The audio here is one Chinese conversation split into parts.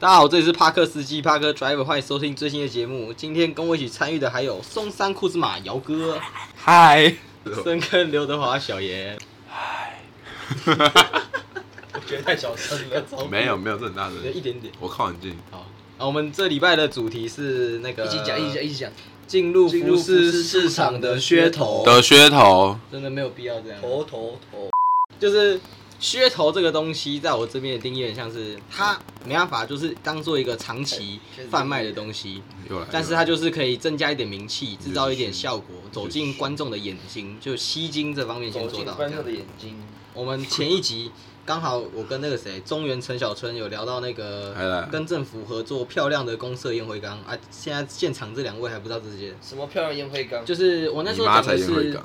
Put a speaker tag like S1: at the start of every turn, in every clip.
S1: 大家好，这里是帕克司机帕克 Driver，欢迎收听最新的节目。今天跟我一起参与的还有松山库兹马、姚 哥、
S2: 嗨，
S1: 深坑刘德华、小严。我觉得太小声了，超
S2: 没有没有，这很大
S1: 有一
S2: 声。
S1: 点点。
S2: 我靠很近，
S1: 好，啊，我们这礼拜的主题是那个
S3: 一起讲，一起讲，一起讲。
S1: 进入
S3: 进
S1: 服
S3: 入服
S1: 饰
S3: 饰
S1: 市
S3: 市
S1: 场
S3: 场
S1: 的
S3: 的
S1: 噱
S3: 噱
S1: 头
S3: 头，
S2: 的噱头，
S1: 真的没有必要这样。
S3: 头头头，
S1: 就是噱头这个东西，在我这边的定义很像是它没办法，就是当做一个长期
S3: 哎
S1: 贩卖的东西，
S2: 又来了。
S1: 但是它就是可以增加一点名气，制造一点效果，走进观众的眼睛，就吸睛这方面先
S3: 走
S1: 做
S3: 进
S1: 到。
S3: 观众的眼睛。
S1: 我们前一集刚好我跟那个谁中原陈小春有聊到那
S3: 哎
S2: 还
S1: 个
S2: 来
S1: 跟政府合作漂亮的公社烟灰缸啊，现在现场这两位还不知道这些，
S3: 什么漂亮烟灰缸？
S1: 就是我那时
S2: 你
S1: 候
S2: 妈
S1: 讲
S2: 才
S1: 的
S2: 烟灰
S1: 是
S2: 缸，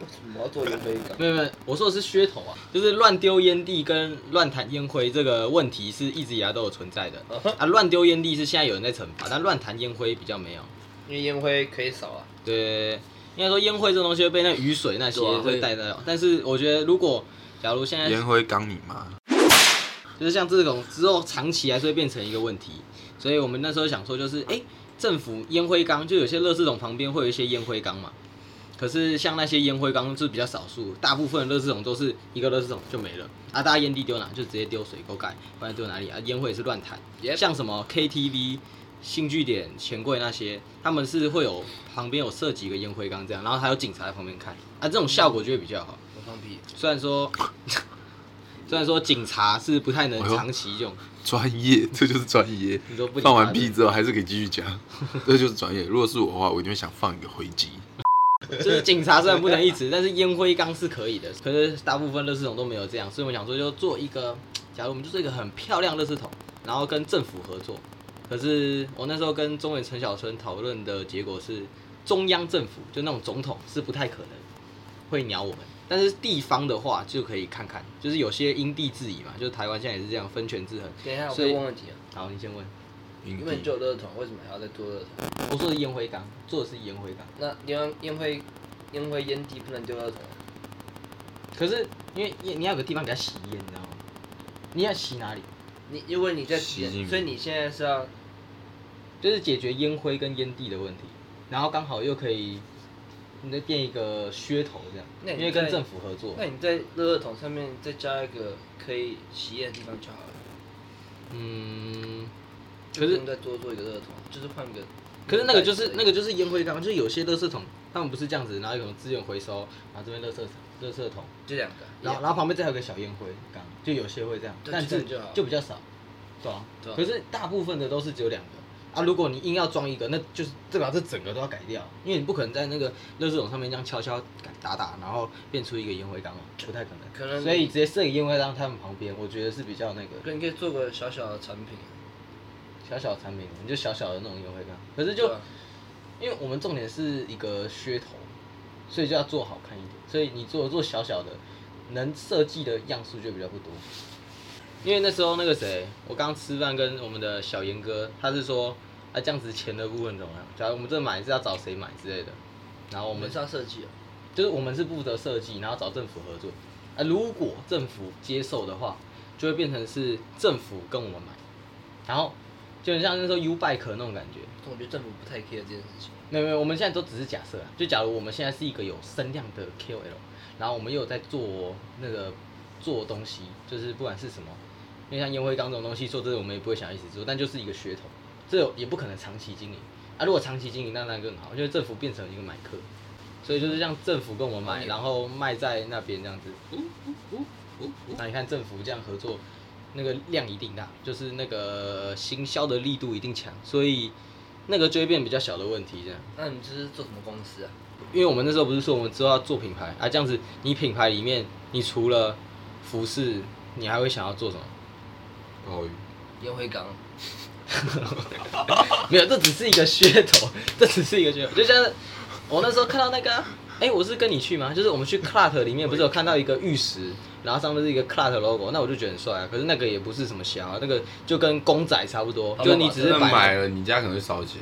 S3: 为什么要做烟灰缸？
S1: 没有没有，我说的是噱头啊，就是乱丢烟蒂跟乱弹烟灰这个问题是一直以来都有存在 的
S3: 嗯哼
S1: 啊。乱丢烟蒂是现在有人在惩罚，但乱弹烟灰比较没有。
S3: 因为烟灰可以少啊。
S1: 对，应该说烟灰这种东西会被那雨水那些
S3: 对啊
S1: 会带到，但是我觉得如果假如现在
S2: 烟灰缸你妈。
S1: 就是像这种之后长期还是会变成一个问题，所以我们那时候想说就是，哎、政府烟灰缸就有些垃圾桶旁边会有一些烟灰缸嘛，可是像那些烟灰缸就是比较少数，大部分的垃圾桶都是一个垃圾桶就没了啊，大家烟蒂丢哪就直接丢水沟盖，不然丢哪里啊？烟灰也是乱弹
S3: Yep
S1: 像什么 KTV。新据点、钱柜那些，他们是会有旁边有设几个烟灰缸这样，然后还有警察在旁边看啊，这种效果就会比较好。
S3: 我放屁。
S1: 虽然说， 虽然说警察是不太能
S2: 哎呦
S1: 长期用，
S2: 专业，这就是专业。
S1: 你说不理他
S2: 放完屁之后还是可以继 续讲，这就是专业。如果是我的话，我一定会想放一个回击。
S1: 就是警察虽然不能一直，但 是烟灰缸是可以的。可是大部分垃圾桶都没有这样，所以我们想说就做一个，假如我们就做一个很漂亮的垃圾桶，然后跟政府合作。可是我那时候跟中原陈小春讨论的结果是，中央政府就那种总统是不太可能会鸟我们，但是地方的话就可以看看，就是有些因地制宜嘛，就是台湾现在也是这样分权制衡。
S3: 等一下，我
S1: 所
S3: 可以
S1: 以
S3: 问问题啊。
S1: 好，你先问。
S2: 因
S3: 原本就有垃圾桶，为什么还要再做垃圾桶？
S1: 我说的烟灰缸，做的是烟灰缸。
S3: 那烟烟灰烟灰烟蒂不能丢垃圾桶啊，
S1: 可是因为你你要有个地方给它吸烟，你知道吗？你要吸哪里？
S3: 你因为你在
S2: 吸进
S3: 所以你现在是要
S1: 就是解决烟灰跟烟蒂的问题，然后刚好又可以，你再变一个噱头这样，
S3: 那你
S1: 因为跟
S3: 在
S1: 政府合作
S3: 那。你在垃圾桶上面再加一个可以吸烟的地方就好了。
S1: 嗯，
S3: 就
S1: 可
S3: 不
S1: 是
S3: 用再多做一个垃圾桶，就是换个。
S1: 可是那个就是那个就是烟灰缸，就是有些垃圾桶，他们不是这样子，然后有资源回收，然后这边垃圾桶垃圾桶，
S3: 就两个，
S1: 然后然后旁边再有个小烟灰缸，就有些会这样，
S3: 对
S1: 但
S3: 这
S1: 是
S3: 样就好
S1: 就比较少，对啊。
S3: 对啊
S1: 可是大部分的都是只有两个啊，如果你硬要装一个，那就是对吧？这整个都要改掉，因为你不可能在那个热圾桶上面这样敲敲改打打，然后变出一个烟灰缸嘛，不太可能。
S3: 可能
S1: 所以直接设一个烟灰缸他们旁边，我觉得是比较那个
S3: 可你可以做个小小的产品，
S1: 小小的产品，你就小小的那种烟灰缸。可是就
S3: 对啊
S1: 因为我们重点是一个噱头，所以就要做好看一点。所以你做做小小的，能设计的样数就比较不多。因为那时候那个谁，我刚吃饭跟我们的小严哥，他是说啊这样子钱的部分怎么样？假如我们这买是要找谁买之类的，然后我
S3: 我
S1: 们
S3: 们是要设计啊，
S1: 就是我们是负责设计，然后找政府合作。啊，如果政府接受的话，就会变成是政府跟我们买，然后就很像那时候 U Bike 那种感觉。
S3: 但我觉得政府不太 care 这件事情。
S1: 没有没有，我们现在都只是假设啊。就假如我们现在是一个有声量的 KOL，然后我们又有在做那个做东西，就是不管是什么，因为像烟灰缸这种东西，做这个我们也不会想一直做，但就是一个噱头，这有也不可能长期经营啊。如果长期经营，那那更好，因为政府变成一个买客，所以就是让政府跟我们买，然后卖在那边这样子。那你看政府这样合作，那个量一定大，就是那个行销的力度一定强，所以那个就会变比较小的问题这样。
S3: 那你们这是做什么公司啊？
S1: 因为我们那时候不是说我们之后要做品牌啊，这样子你品牌里面你除了服饰，你还会想要做什么？
S2: 哦，
S3: 烟灰缸，
S1: 没有，这只是一个噱头， 这只是一个噱头。就像我那时候看到那个、啊，哎、我是跟你去吗？就是我们去 Clut 里面不是有看到一个玉石，然后上面是一个 Clut logo，那我就觉得很帅啊。可是那个也不是什么小、啊，那个就跟公仔差不多，
S3: 好吧
S1: 就是你只是
S2: 真的买
S1: 摆。
S2: 了，你家可能会烧起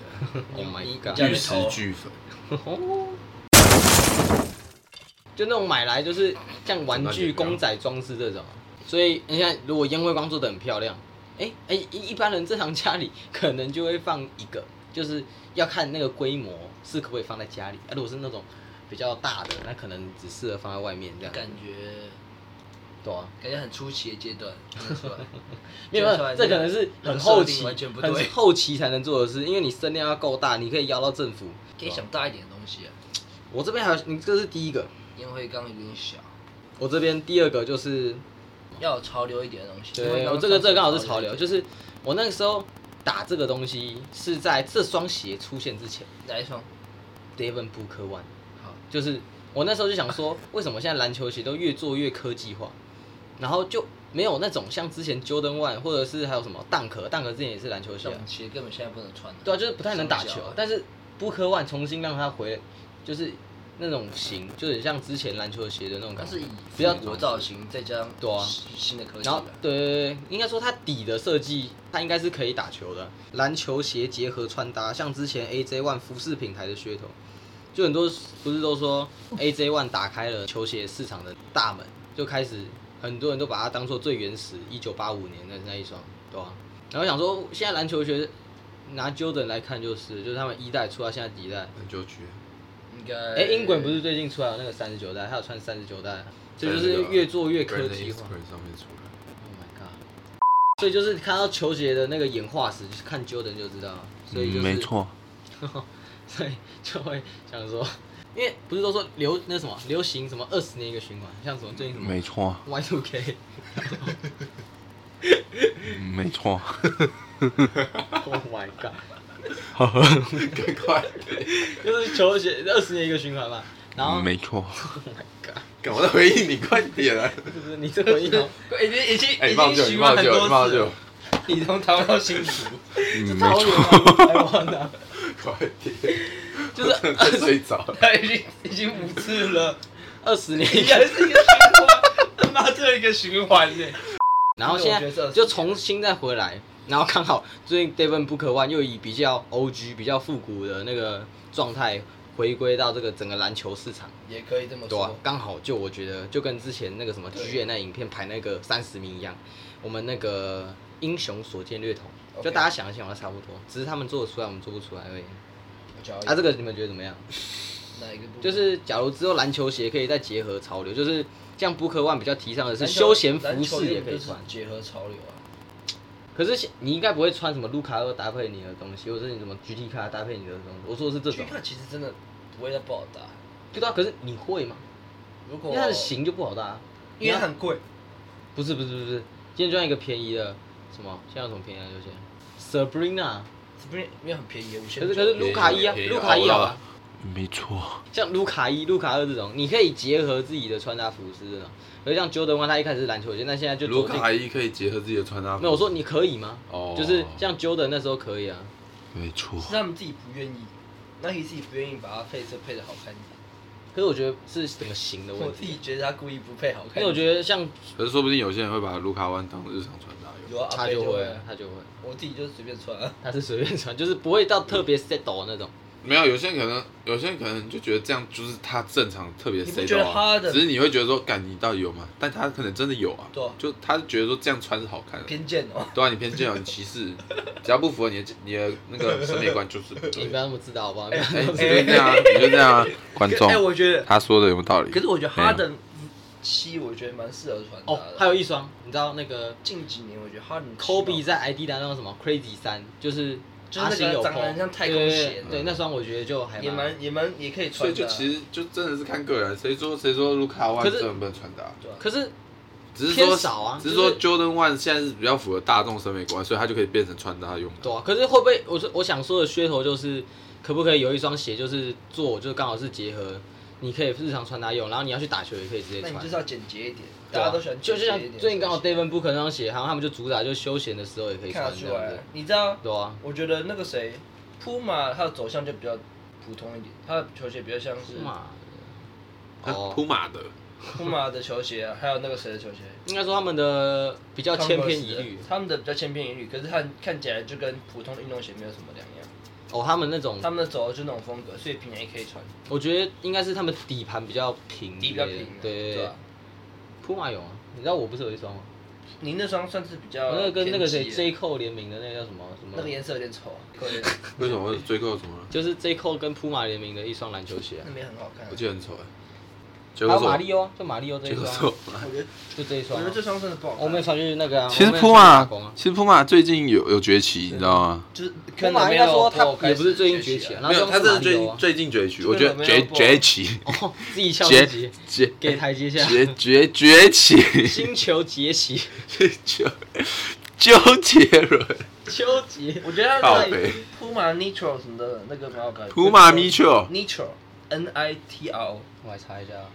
S1: Oh my
S3: 你你
S1: god！
S3: 家
S2: 来，
S3: 里
S2: 玉
S3: 头
S2: 石俱焚。
S1: 就那种买来就是像玩具、公仔、装饰这种。所以你看，如果烟灰缸做的很漂亮，哎哎一一般人正常家里可能就会放一个，就是要看那个规模是可不可以放在家里。啊，如果是那种比较大的，那可能只适合放在外面这样。
S3: 感觉
S1: 对啊，
S3: 感觉很初期的阶段，看得出 来
S1: 没有，没有，这可能是很后期，
S3: 完全不
S1: 很
S3: 对，
S1: 后期才能做的事，因为你声量要够大，你可以邀到政府。
S3: 可以想大一点的东西啊。
S1: 我这边还有，你这是第一个，
S3: 烟灰缸有点小，
S1: 我这边第二个就是
S3: 要有潮流一点的东西。烟灰
S1: 对，
S3: 缸
S1: 我这个这个刚好是潮流，
S3: 一点
S1: 就是我那个时候打这个东西是在这双鞋出现之前
S3: 哪一双？
S1: ，Devon Booker One，
S3: 好，
S1: 就是我那时候就想说，为什么现在篮球鞋都越做越科技化，然后就没有那种像之前 Jordan One 或者是还有什么蛋壳，蛋壳之前也是篮球鞋、
S3: 这
S1: 啊，
S3: 种鞋根本现在不能穿的。
S1: 对啊，就是不太能打
S3: 上
S1: 球
S3: 脚啊，
S1: 但是 Booker One 重新让他回，就是那种型，就很像之前篮球鞋的那种
S3: 它
S1: 感觉
S3: 是以。
S1: 比较
S3: 复古造型，再加上
S1: 对啊
S3: 新新的科技
S1: 然后
S3: 吧，
S1: 对对对，应该说它底的设计，它应该是可以打球的。篮球鞋结合穿搭，像之前 AJ One 服饰品牌的噱头，就很多不是都 说 AJ One 打开了球鞋市场的大门，就开始很多人都把它当做最原始一九八五年的那一双，对吧、然后想说，现在篮球鞋拿 Jordan 来看就是，就是他们一代出到现在几代，
S2: 篮球区，
S3: 应该
S2: 呃
S1: 哎、英滚不是最近出来有那个三十九代，他有穿三十九代，这就
S2: 在
S1: 是
S2: 那个
S1: 越做越科
S2: Brandon
S1: 技化。
S2: Ingram 上面出来，
S1: Oh my god！所以就是看到球鞋的那个演化史，就是看 Jordan 就知道，所以就是、
S2: 嗯没，错，
S1: 所以就会想说，因为不是都说流那什么流行什么二十年一个循环，像什么最近什么
S2: 没错，
S1: Y two K，
S2: 嗯没错，
S1: Oh my god！
S2: 赶快，
S1: 就是球鞋二十年一个循环嘛，然后
S2: 嗯没 错，
S1: Oh my god！
S2: 赶快回应你，快点啊！
S1: 是不是你这回忆哦？
S3: 已经已经
S2: 哎，
S3: 已
S2: 你放
S3: 经
S2: 久，
S3: 习
S2: 你放
S3: 惯很
S2: 久，你
S3: 多
S2: 放
S3: 次
S2: 久
S3: 了，，你从台湾到新 竹，
S2: 嗯没
S1: 桃园
S2: 错，
S1: 啊台湾的、啊，
S2: 快点，
S1: 就是
S2: 在睡着。
S3: 他已经已经五次了，
S1: 二十年
S3: 你
S1: 一个
S3: 还是一个循环，他妈这一个循环呢。
S1: 然后现在就重新再回来，然后刚好最近 Devon Booker One 又以比较 OG、比较复古的那个状态回归到这个整个篮球市场，
S3: 也可以这么
S1: 对啊
S3: 说，，
S1: 刚好就我觉得就跟之前那个什么
S3: 哦对
S1: 剧院那影片排那个三十名一样，我们那个英雄所见略同，
S3: OK
S1: 就大家想一想的差不多，只是他们做得出来，我们做不出来而已。
S3: 我交易
S1: 啊，这个你们觉得怎么样？
S3: 哪一个部分？
S1: 就是假如之后篮球鞋可以再结合潮流，就是像 Booker One 比较提倡的是
S3: 篮球
S1: 休闲服
S3: 篮球
S1: 饰也
S3: 运
S1: 可
S3: 动
S1: 以
S3: 就是
S1: 穿。
S3: 结合潮流啊。
S1: 可是现你应该不会穿什么卢卡尔搭配你的东西，或者是你什么 GT 卡搭配你的东西。我说的是这
S3: 去
S1: 种，
S3: 看其实真的不会到不好搭，
S1: 对啊。可是你会吗？
S3: 如
S1: 因
S3: 果
S1: 为它的型就不好搭、啊。
S3: 哦因为它很贵，
S1: 不是不是不是，今天就像一个便宜的什么，现在有什么便宜的球鞋？Sabrina，
S3: 不是因为很便宜，五千
S1: 可
S3: 九。
S1: 是可是卢卡一啊，
S2: 便宜啊
S1: 卢卡一好啊，
S2: 没错，
S1: 像卢卡一、卢卡二这种，你可以结合自己的穿搭服饰这种。可是像 Jordan One，他一开始是篮球鞋，但现在就
S2: 卢
S1: 走进
S2: 卡伊可以结合自己的穿搭。
S1: 没有，我说你可以吗？
S2: 哦
S1: 就是像 Jordan 那时候可以啊，
S2: 没错，
S3: 是啊他们自己不愿意，那你自己不愿意把它配色配的好看一点。
S1: 可是我觉得是整个型的
S3: 我
S1: 问
S3: 自己
S1: 题。
S3: 觉得他故意不配好看，
S1: 因为我觉得像
S2: 可是说不定有些人会把卢卡湾当日常穿搭用。
S3: 有啊，
S1: 他
S3: 阿贝
S1: 就会
S3: 会，
S1: 他就会。
S3: 我自己就随便穿啊。
S1: 他是随便穿，就是不会到特别 set 抖那种。
S2: 没有，有些人可能，有些人可能就觉得这样就是他正常特别
S3: 你不
S2: C
S3: 觉得
S2: 到
S3: 他
S2: 啊，
S3: 的
S2: 只是你会觉得说，干你到底有吗？但他可能真的有啊，
S3: 对啊
S2: 就他觉得说这样穿是好看的，
S3: 偏见哦，
S2: 对啊，你偏见啊，你歧视，只要不符合你的你的那个审美观就是不
S1: 你
S2: 对
S1: 不。要那么自大好不好？
S2: 哎，你就这样啊，你就这样啊，观众
S3: 哎，，我觉得，
S2: 他说的有没有道理？
S3: 可是我觉得
S1: 哎
S2: 没有
S3: 哈登七，我觉得蛮适合穿搭
S1: 哦，还
S3: 的。
S1: 有一双，你知道那个
S3: 近几年我觉得哈登
S1: Kobe 在 ID 达那双什么 Crazy 三，就是
S3: 就是那个
S1: 阿星有
S3: 长得很
S1: po
S3: 像太空鞋
S1: 对对
S3: 的
S1: 对，那双我觉得就还
S3: 也蛮也蛮也可以
S2: 所
S3: 穿
S2: 以
S3: 的
S2: 就
S3: 啊。
S2: 其实就真的是看个人，啊谁说谁说卢卡湾
S1: 可是
S2: 真的不能穿搭？
S3: 对啊
S1: 可是
S2: 只是说
S1: 偏少啊
S2: 只是
S1: 就
S2: 说
S1: 是
S2: Jordan One 现在是比较符合大众审美观，所以它就可以变成穿搭用的。
S1: 对啊，可是会不会我是我想说的噱头就是，可不可以有一双鞋就是做就刚好是结合，你可以日常穿搭用，然后你要去打球也可以直接
S3: 那
S1: 穿
S3: 你就。是要简洁一点，
S1: 对啊
S3: 大家都喜欢
S1: 就就
S3: 简洁一
S1: 像
S3: 点。
S1: 最近刚好 David Booker 那双鞋，好像他们就主打就休闲的时候也可以
S3: 看
S1: 穿
S3: 得
S1: 这
S3: 出
S1: 样
S3: 来
S1: 子，，
S3: 你知道，
S1: 对啊，
S3: 我觉得那个谁，普马他的走向就比较普通一点，他的球鞋比较像是
S1: 嘛，
S2: 它
S1: 哦
S2: 铺马的，
S3: 普 马的球鞋啊，还有那个谁的球鞋，
S1: 应该说他们的比较千篇一
S3: Converse
S1: 律
S3: 的，他们的比较千篇一律，可是看看起来就跟普通运动鞋没有什么两样，
S1: 哦，他们那种
S3: 他们的走的就那种风格，所以平常也可以穿，
S1: 我觉得应该是他们底盘比较平之
S3: 底
S1: 类的，
S3: 比较平啊，
S1: 对
S3: 对吧？
S1: 普马有啊，你知道我不是有一双吗？
S3: 您那双算是比较
S1: 我那个跟那个谁
S3: 啊偏激
S1: J
S3: 的
S1: Cole 联名的那个叫什么什么？
S3: 那个颜色有点丑，有点
S2: 为什么最后怎么了？
S1: 就是 J Cole 跟 Puma 联名的一双篮球鞋啊
S3: 那，没很好看。
S2: 我记得很丑哎，结
S1: 还
S2: 果
S1: 有
S2: 是
S1: 马
S2: 我，
S1: 里奥，就马里奥这一
S2: 结果
S1: 双
S2: 是我
S1: 啊，
S3: 我觉得
S1: 就这一
S3: 我
S1: 双啊
S3: 觉得。这双真的不好看。
S1: 我没有穿就是那个啊，
S2: 其实
S1: 我没有穿
S2: Puma，
S1: 打工啊
S2: 其实 Puma 最近有有崛起，你知道吗？
S3: 就是可能
S1: ，Puma
S3: 没
S1: 应该
S3: 有
S1: 说他
S3: 我开始
S1: 也不是最近崛起
S3: 学
S1: 啊，
S3: 习
S1: 然
S2: 没
S1: 后
S2: 有，他
S1: 就
S2: 这是
S1: 用
S2: 最
S1: 马里奥
S2: 近
S1: 啊
S2: 最近崛起，
S3: 这个
S2: 我觉
S3: 有没
S2: 得崛
S3: 有不好
S2: 崛起，
S1: 哦，自己笑
S2: 崛
S1: 自己，
S2: 崛
S1: 给台阶下，
S2: 崛崛崛起，
S1: 星球崛起，
S2: 纠纠结伦
S1: 纠结。
S3: 我觉得
S2: 靠
S3: 他那
S2: 北
S3: Puma Nitro 什么的那个蛮好看。
S2: ，Puma Mitchell。
S3: Nitro N I T R O
S1: 我来查一下啊，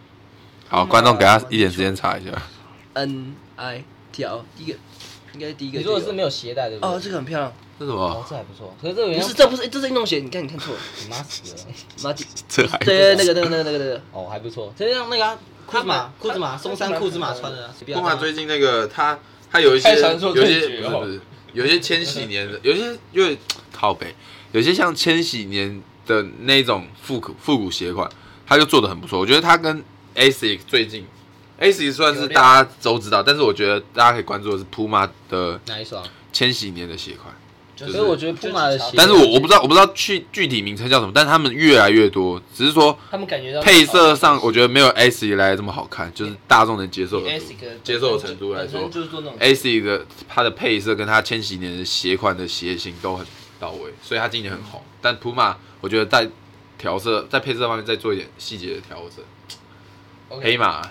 S2: 好，观众给他一点时间查一下。
S3: N I T R O 第一个应该是第一个
S1: 你
S3: 就有。
S1: 说的是没有鞋带对不对？
S3: 哦，这个很漂亮。
S2: 这什
S1: 哦
S2: 么？
S1: 这还不错，可是这个有
S3: 不
S1: 点
S3: 是，这不是，这是运动鞋，你看你看错了。
S1: 你妈死了。
S3: 马蒂，
S2: 这还
S3: 对，那个那个那个那个那个。
S1: 哦，还不错，就像那个啊库兹马
S3: 他，
S1: 库兹马
S3: 他
S1: 松山库兹马穿的啊，
S2: 库马最近那个他他有一些
S3: 太传说
S2: 有一些
S3: 对决
S2: 不是
S3: 哦
S2: 不是有一些千禧年的，有一些因为靠北，有些像千禧年的那种复古复古鞋款，他就做的很不错。我觉得他跟 ASIC 最近 ASIC 算是
S3: 流量
S2: 大家都知道，但是我觉得大家可以关注的是 Puma 的
S1: 哪一双？
S2: 千禧年的鞋款。
S3: 就
S1: 所
S2: 是
S1: 以我觉得 Puma 的鞋，
S2: 但是我我不知道我不知道具具体名称叫什么，但是他们越来越多，只是说
S3: 他们感觉到
S2: 配色上，我觉得没有 S 一来得这么好看，就是大众能接受的
S3: ASIC 的
S2: 接受程度来
S3: 本
S2: 说哎
S3: 身就是做那种
S2: ，S 一的它的配色跟它千禧年的鞋款的鞋型都很到位，所以它今年很红。但 Puma 我觉得在调色在配色方面再做一点细节的调整，黑马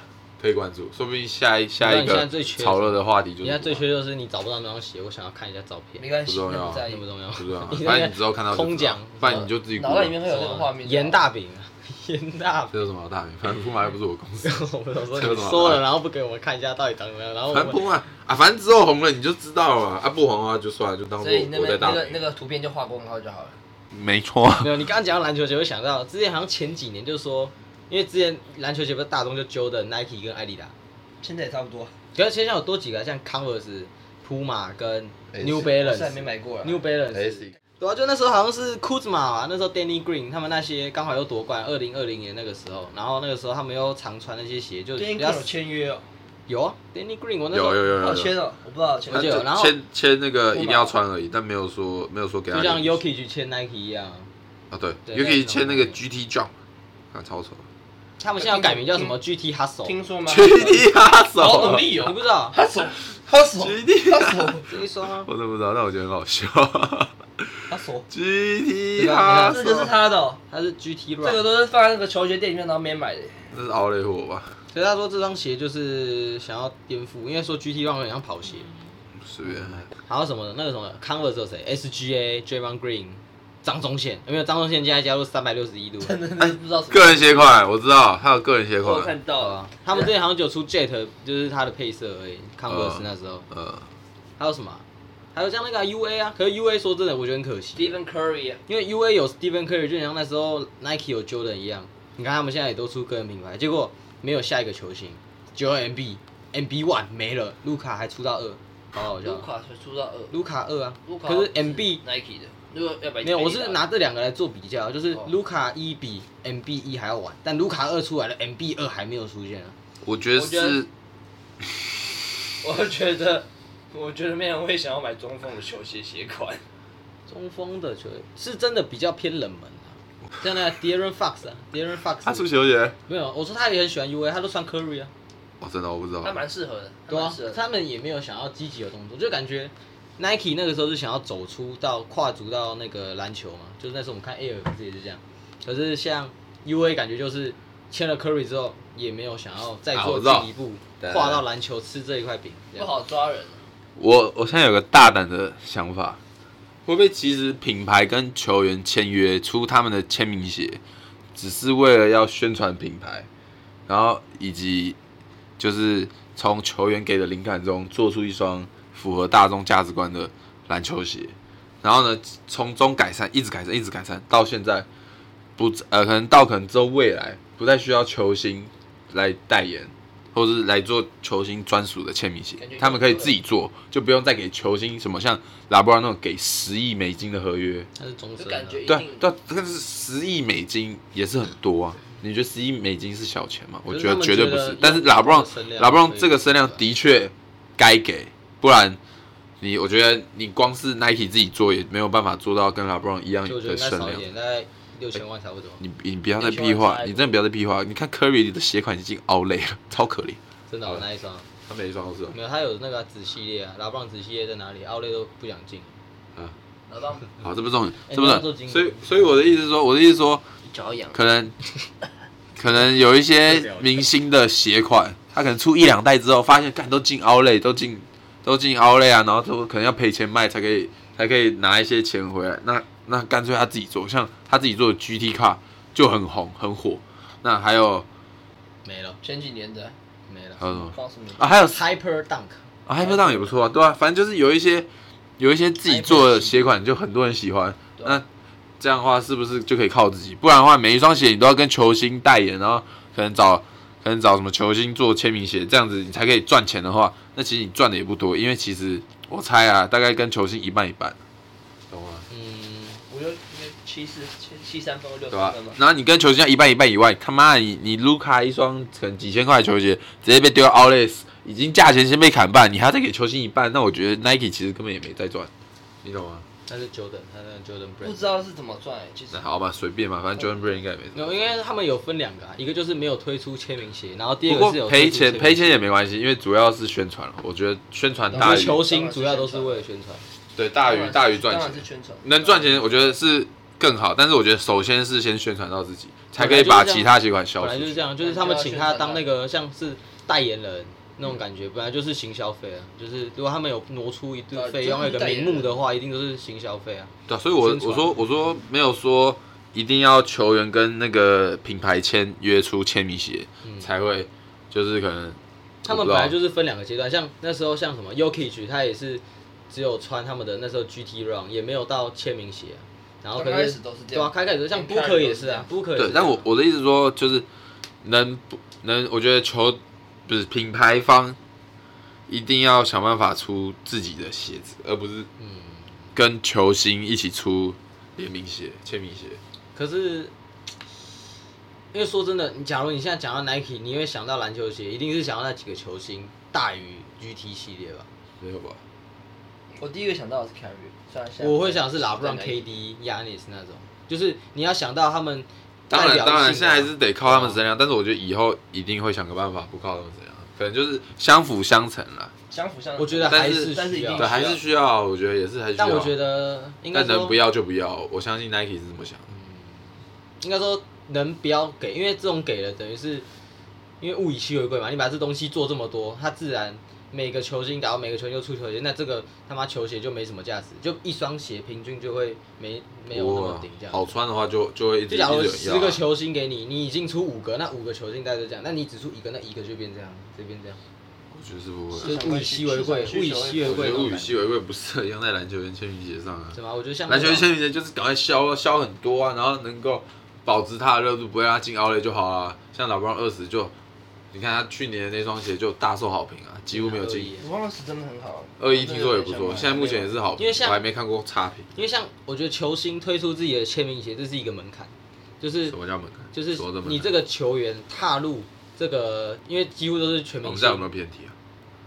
S2: 可以关注，说不定下一下一
S1: 你现在
S2: 个
S1: 最缺
S2: 炒热的话题就是
S1: 人家最
S2: Puma
S1: 缺就是你找不到那双鞋，我想要看一下照
S3: 没
S1: 片，
S3: 关系，
S2: 不重要
S3: 那不在意
S1: 那不重要。
S2: 不知 道，
S1: 你那个
S2: 反正你之后看到就知道
S1: 空讲
S2: 不然你就自己
S3: 脑袋里
S2: Google
S3: 面会有那个画面。
S1: 盐大饼啊，盐大饼。
S2: 这有什么好大名？反 正 Puma 又不是我公司。
S1: 我们说你说了，然后不给我们看一下到底长什么样，
S3: 哦
S1: 然后我
S2: 啊反
S1: 们
S2: 正不嘛啊，反正之后红了你就知道了啊，不红的话就算了，就当
S3: 所
S2: 做
S3: 以你那
S2: 我在
S3: 边
S2: 打
S3: 那
S2: 雷。
S3: 个那个图片就画公号就好了。
S2: 没 错，
S1: 没有。你刚刚讲到篮球鞋，我想到之前好像前几年就说，因为之前篮球鞋不是大众就揪的 Nike 跟艾迪达，
S3: 现在也差不多。
S1: 可是现在有多几个像 Converse、Puma 跟
S2: 哎
S1: New
S3: 我是还没
S1: Balance、
S3: 买过啊。
S1: New Balance。对啊，就那时候好像是 Kuzma 嘛，那时候 Danny Green 他们那些刚好又夺冠，二零二零年那个时候，然后那个时候他们又常穿那些鞋，就
S3: 最
S1: 比
S3: 近
S1: 较
S3: 有签约哦，
S1: 有啊 Danny Green 我那时候
S2: 有有有有
S3: 好签
S2: 有，
S3: 哦，我不知道签
S1: 我记得有然后
S2: 签签那个一定要穿而已，但没有说没有说给
S1: 就
S2: 他领。
S1: 像 Yuki 去签 Nike 一样啊，
S2: 啊，对，
S1: 对
S2: 也可以
S1: 那种
S2: 签那个 GT Jump，啊，超丑
S1: 他们现在要改名叫什么 GT Hustle，
S3: 听说吗？
S2: ，GT 哈
S3: 好
S2: 手，
S3: 努力
S1: 你
S3: 哦，
S1: 不知道
S3: 他手他手
S2: GT
S3: 他手
S1: 这一双啊，
S2: 我都不知道，但我觉得很好笑
S3: 他手，
S2: ，GT
S1: 他
S2: 哈
S1: 手
S3: 啊这
S2: 手，
S3: 个是他的哦，
S1: 它是 GT
S3: 这
S1: Run，
S3: 个都是放在那个球鞋店里面然后没 买的。
S2: 这是奥雷火吧？
S1: 所以他说这双鞋就是想要颠覆，因为说 GT Run 很像跑鞋，
S2: 随便，
S1: 还有什么那个什么 Converse 有谁？SGA、Draymond Green、张忠宪，有没有张忠宪现在加入三百六十一度？
S3: 真的是不知道什么。
S2: 个人鞋款我知道，他有个人鞋
S3: 我有
S2: 款，
S3: 看到啊，
S1: 他们之前好像只有出 Jet，就是它的配色而已。Converse
S2: 嗯
S1: 那时候
S2: 呃，
S1: 还有什么啊？还有像那个啊 UA 啊，可是 UA 说真的，我觉得很可惜，
S3: Stephen Curry 啊，
S1: 因为 UA 有 Stephen Curry，就像那时候 Nike 有 Jordan 一样。你看他们现在也都出个人品牌，结果没有下一个球星，只有 MB、MB One 没了，卢卡还出到二，好好笑
S3: 卢。卡才出到二，
S1: 卢卡二啊
S3: 卢，卡
S1: 可是 MB
S3: 呃 Nike 的，如果要买
S1: 没有，我是拿这两个来做比较，就是
S3: 哦
S1: 卢卡一比 MB 一还要晚，但卢卡二出来了，MB 二还没有出现啊。
S2: 我觉得
S3: 我觉得
S2: 是
S3: 我觉得，我觉得没人会想要买中锋的球鞋鞋款。
S1: 中锋的球员是真的比较偏冷门啊，像那个 Darren Fox 啊，Darren
S2: 他出
S1: Fox
S2: 球鞋，
S1: 没有，我说他也很喜欢 UA，他都穿 Curry 啊，
S2: 哦，真的我不知道，
S3: 他蛮适合的，他
S1: 对
S3: 蛮
S1: 啊
S3: 适合，的。
S1: 他们也没有想要积极的动作，就感觉 Nike 那个时候是想要走出到跨足到那个篮球嘛，就是那时候我们看 Air 不是也是这样，可是像 UA 感觉就是签了 Curry 之后，也没有想要再
S2: 啊
S1: 做
S2: 我知道
S1: 进一步
S2: 对
S1: 跨到篮球吃这一块饼，这
S3: 不
S1: 样
S3: 好抓人啊。
S2: 我我现在有个大胆的想法，会不会其实品牌跟球员签约出他们的签名鞋，只是为了要宣传品牌，然后以及就是从球员给的灵感中做出一双符合大众价值观的篮球鞋，然后呢从中改善，一直改善，一直改善，到现在不呃可能到可能之后未来不再需要球星来代言。或是来做球星专属的签名鞋
S3: 感觉，
S2: 他们可以自己做，就不用再给球星什么像拉布拉那种给十亿美金的合约。
S1: 他是中
S3: 就
S1: 生啊，
S3: 感觉一
S2: 对啊
S3: 定
S2: 对啊，但是十亿美金也是很多啊。你觉得十亿美金是小钱吗？我
S1: 可是
S2: 觉
S1: 他
S2: 得
S1: 们
S2: 绝对不
S1: 觉得
S2: 是。但是
S1: 用
S2: 拉布朗
S1: 这个声量
S2: 拉布朗
S1: 可以
S2: 这个声量
S1: 吧
S2: 的确该给，不然你我觉得你光是 Nike 自己做也没有办法做到跟 LeBron 一样
S1: 就我觉得
S2: 的
S1: 应该
S2: 声
S1: 少一
S2: 量。
S1: 点，大概六千万差不多，
S2: 你你不要再
S1: 你喜
S2: 屁
S1: 欢
S2: 话，
S1: 差一
S2: 你
S1: 点
S2: 真的不要再屁话。你看 Curry 的鞋款已经凹累了，超可怜。
S1: 真的、哦、那一双哦
S2: 他每一双都是
S1: 没有，他有那个子系列啊，拉布朗子系列在哪里？奥莱都不想进，
S2: 嗯，
S3: 老张，
S2: 好，这不是重点，
S1: 哎
S2: 这不
S1: 你
S2: 是
S1: 要做
S2: 重
S1: 经
S2: 点。
S1: 理
S2: 所以所以我的意思是说，我的意思是说，
S3: 脚痒，
S2: 可能可能有一些明星的鞋款，他可能出一两代之后，发现干都进 Outlet，都进都进 Outlet 啊，然后都可能要赔钱卖才可以才可以拿一些钱回来。那那干脆他自己做，像他自己做的 GT 卡就很红很火。那还有
S1: 没了
S3: 前几年的
S1: 没了
S2: 还有什么
S3: 放什么？
S2: 啊？还有
S1: ，Hyper Dunk，
S2: 啊，Hyper Down 也不错啊，对啊，反正就是有一些有一些自己做的鞋款，就很多人喜欢。
S3: 对啊
S2: 那这样的话，是不是就可以靠自己？不然的话，每一双鞋你都要跟球星代言，然后可能找可能找什么球星做签名鞋，这样子你才可以赚钱的话，那其实你赚的也不多，因为其实我猜啊，大概跟球星一半一半，懂吗？
S1: 嗯，
S3: 我就七四七七三分或六
S2: 对啊吧
S3: 三分嘛？。
S2: 然后你跟球星要一半一半以外，他妈你你卢卡一双可能几千块的球鞋直接被丢到 Outlet，已经价钱先被砍半，你还要再给球星一半，那我觉得 Nike 其实根本也没在赚，你懂吗？
S1: 那是 Jordan，他那个 Jordan
S3: 不
S1: Brand，
S3: 知道是怎么赚欸，其实
S2: 那好吧，随便吧，反正 Jordan Brand 应该也没
S1: 没
S2: 什
S1: 有，
S2: 么。
S1: 因为他们有分两个、啊，一个就是没有推出签名鞋，然后第
S2: 不
S1: 二个是
S2: 过
S1: 有
S2: 赔
S1: 推出签
S2: 钱
S1: 名
S2: 赔
S1: 鞋
S2: 钱也没关系，因为主要是宣传了。我觉得宣传
S1: 我
S2: 大
S1: 们
S2: 于
S1: 球星主要都是为了宣传，
S2: 对大于大于赚
S3: 当然是
S2: 钱，
S3: 宣传，
S2: 能赚钱我觉得是更好，但是我觉得首先是先宣传到自己，才可以把其他鞋款
S1: 本
S2: 销
S1: 来
S2: 出
S1: 就是
S2: 去
S1: 这。样，就是他们请他当那个像是代言人那种感觉，本来就是行销费啊，就是如果他们有挪出一
S3: 对啊
S1: 堆费用，
S3: 就
S1: 有
S3: 是
S1: 一个
S3: 代言
S1: 名
S3: 人
S1: 目的话，一定都是行销费啊。
S2: 对啊，所以我
S1: 宣传
S2: 我说我说没有说一定要球员跟那个品牌签约出签名鞋
S1: 嗯
S2: 才会，就是可能
S1: 他们本来
S2: 我
S1: 就是分两个阶段，像那时候像什么 Yokich，他也是只有穿他们的那时候 GT Run，也没有到签名鞋啊、然后可
S3: 刚开
S1: 是
S3: 始都是这
S1: 对啊，
S3: 样，
S1: 开开始像
S3: 连看
S1: Booker
S3: 人
S1: 也
S3: 都
S1: 是
S3: 这样
S1: 啊，Booker
S2: 不
S1: 也
S2: 知道
S1: 是
S2: 对，但我
S1: 这样
S2: 我的意思说就是能不能，我觉得球不是品牌方一定要想办法出自己的鞋子，而不是
S1: 嗯，
S2: 跟球星一起出联名鞋、签名鞋。
S1: 可是。因为说真的，你假如你现在讲到 Nike，你会想到篮球鞋，一定是想到那几个球星大于 GT 系列吧？
S2: 没有吧？
S3: 我第一个想到的是 Carry，虽然现在
S1: 我会想是 LeBron、
S3: 在
S1: KD、Yanis 那种，就是你要想到他们代
S2: 当
S1: 表
S2: 然，
S1: 性啊
S2: 当然，
S1: 的
S2: 现在还是得靠他们身量，但是我觉得以后一定会想个办法不靠他们身量，可能就是相辅相成啦。
S3: 相辅相成，
S1: 我觉得
S2: 但
S1: 还
S2: 是
S3: 但是
S1: 需
S3: 一
S1: 要
S3: 定
S2: 对，
S3: 需要
S2: 还是需要，我觉得也是还是需要。
S1: 但我觉得应该
S2: 但能
S1: 说
S2: 不要就不要，我相信 Nike 是这么想的。
S1: 应该说能不要给，因为这种给了等于是，因为物以稀为贵嘛，你把这东西做这么多，它自然每个球星打到每个球星就出球鞋，那这个他妈球鞋就没什么价值，就一双鞋平均就会没没有那么顶这样。
S2: 好穿的话就就会一直
S1: 就
S2: 一
S1: 假如
S2: 直有
S1: 十
S2: 人要
S1: 个
S2: 啊。
S1: 球星给你，你已经出五个，那五个球星大概就这样，那你只出一个，那一个就变这样，就变这样，
S2: 啊我觉得是不会。
S1: 就是物以稀为贵，物以稀为
S2: 我
S1: 贵那
S2: 觉得
S1: 种
S2: 物
S1: 感
S2: 以
S1: 觉。
S2: 稀为贵不适合用在篮球跟签名鞋上啊。
S1: 什么？我觉得像
S2: 篮球
S1: 那
S2: 跟
S1: 种
S2: 签名鞋就是赶快消消很多啊，然后能够保持它的热度，不会让它进奥莱就好啊。像老布朗二十就，你看他去年的那双鞋就大受好评啊，几乎没有进。
S3: 我忘了是真的很好，
S2: 二一听说也不错，现在目前也是好评，
S1: 因为像
S2: 我还没看过差评。
S1: 因为像我觉得球星推出自己的签名鞋，这是一个门槛，就是
S2: 什么叫门槛？
S1: 就是
S2: 什么叫门槛
S1: 你这个球员踏入这个，因为几乎都是全
S2: 我
S1: 明
S2: 们这
S1: 星
S2: 样哦有没，有偏题啊？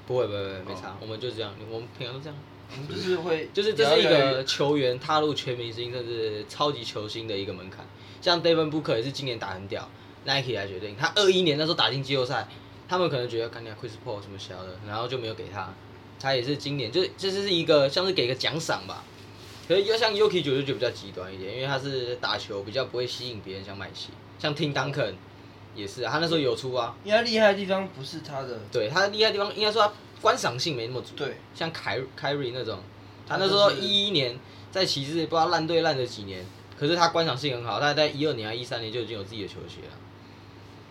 S1: 不会不会不会没差，我们就这样，我们平常都这样，
S3: 我们就是会
S1: 就是这是一个球员踏入全明星甚至超级球星的一个门槛。像 Devin Booker 也是今年打很屌，Nike 来决定，他二一年那时候打进季后赛，他们可能觉得干掉啊 Chris Paul 什么小的，然后就没有给他，他也是今年就是这是一个像是给个奖赏吧。可是要像 Yuki 九九九比较极端一点，因为他是打球比较不会吸引别人想买鞋，像 Tim Duncan 也是、啊，他那时候有出啊，
S3: 因为他厉害的地方不是他的，
S1: 对他厉害的地方应该说他观赏性没那么足，
S3: 对，
S1: 像凯凯瑞那种，他那时候一一年在骑士不知道烂队烂了几年，可是他观赏性很好，他在一二年啊还一三年就已经有自己的球鞋了，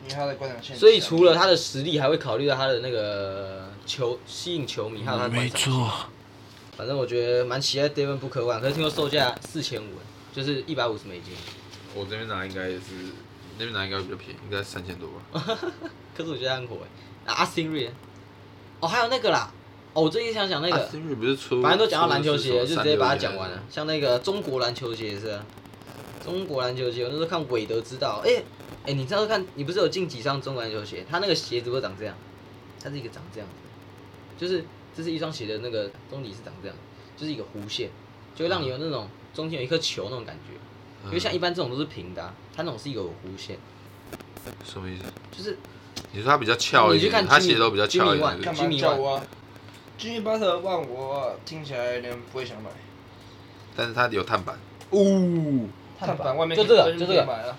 S3: 因为他的观赏性。啊
S1: 所以除了他的实力，还会考虑到他的那个球吸引球迷，还有他的观赏性。反正我觉得蛮期待 Devin Booker 玩，可是听说售价四千五，就是一百五十美金，
S2: 我这边拿应该也是，那边拿应该比较便宜，应该三千多吧。
S1: 可是我觉得他很火哎、啊，阿 s i r i 哦，还有那个啦，哦，我最近想讲那个。
S2: 啊，Siri 不是出，
S1: 反正都讲到篮球
S2: 出
S1: 鞋，
S2: 的
S1: 就是直
S2: 什么
S1: 接把它
S2: 361
S1: 讲完了。像那个中国篮球鞋也是、啊，中国篮球鞋，我那时候看韦德知道，哎、哎、你上次看你不是有进几双中国篮球鞋？他那个鞋子不是长这样，它是一个长这样子，就是这是一双鞋的那个中底是长这样，就是一个弧线，就会让你有那种
S3: 嗯
S1: 中间有一颗球那种感觉。
S2: 嗯
S1: 因为像一般这种都是平的、啊，它那种是一个有弧线，
S2: 什么意思？
S1: 就是
S2: 你说它比较翘一
S1: 你去
S2: 点，
S1: 看
S2: 它
S1: Jimmy-
S2: 鞋都比较翘一
S1: Jimmy Wan，
S2: 点。
S3: 干嘛叫我？Jimmy Butler 万我听起来有点不会想买，
S2: 但是它有碳板。呜、
S3: 碳板外面
S1: 就这
S3: 可
S1: 个，
S3: 以
S1: 就这
S3: 可以
S1: 个，
S3: 买啊，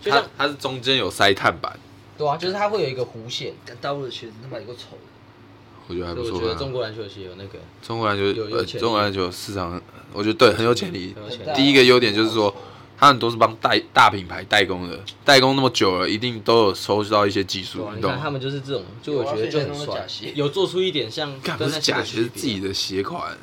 S1: 就
S2: 它
S1: 像
S2: 它是中间有塞碳板，
S1: 对啊，就是它会有一个弧线。
S3: 但大陆的鞋子他妈有个丑的，
S2: 我觉得还
S1: 所
S2: 不
S1: 以
S2: 错
S1: 我觉得
S2: 看啊。
S1: 中国篮球鞋有那个
S2: 中国篮球
S1: 有有
S2: 呃，
S1: 潜力
S2: 中国篮球市场，我觉得对很有潜力
S1: 很。有
S3: 很
S1: 潜
S3: 大
S1: 力。
S2: 第一个优点就是说，它很多是帮代大品牌代工的，代工那么久了，一定都有收集到一些技
S1: 对
S2: 术
S1: 啊，，
S2: 你
S1: 你
S2: 懂
S1: 看他
S2: 吗？
S1: 们就是这种，就我觉得就很
S3: 啊哇所以现在都是
S1: 帅
S3: 假鞋，
S1: 有做出一点像
S2: 干不
S1: 跟
S2: 是
S1: 那
S2: 假
S1: 些
S2: 鞋，
S1: 有区
S2: 是
S1: 别啊
S2: 自己的鞋款。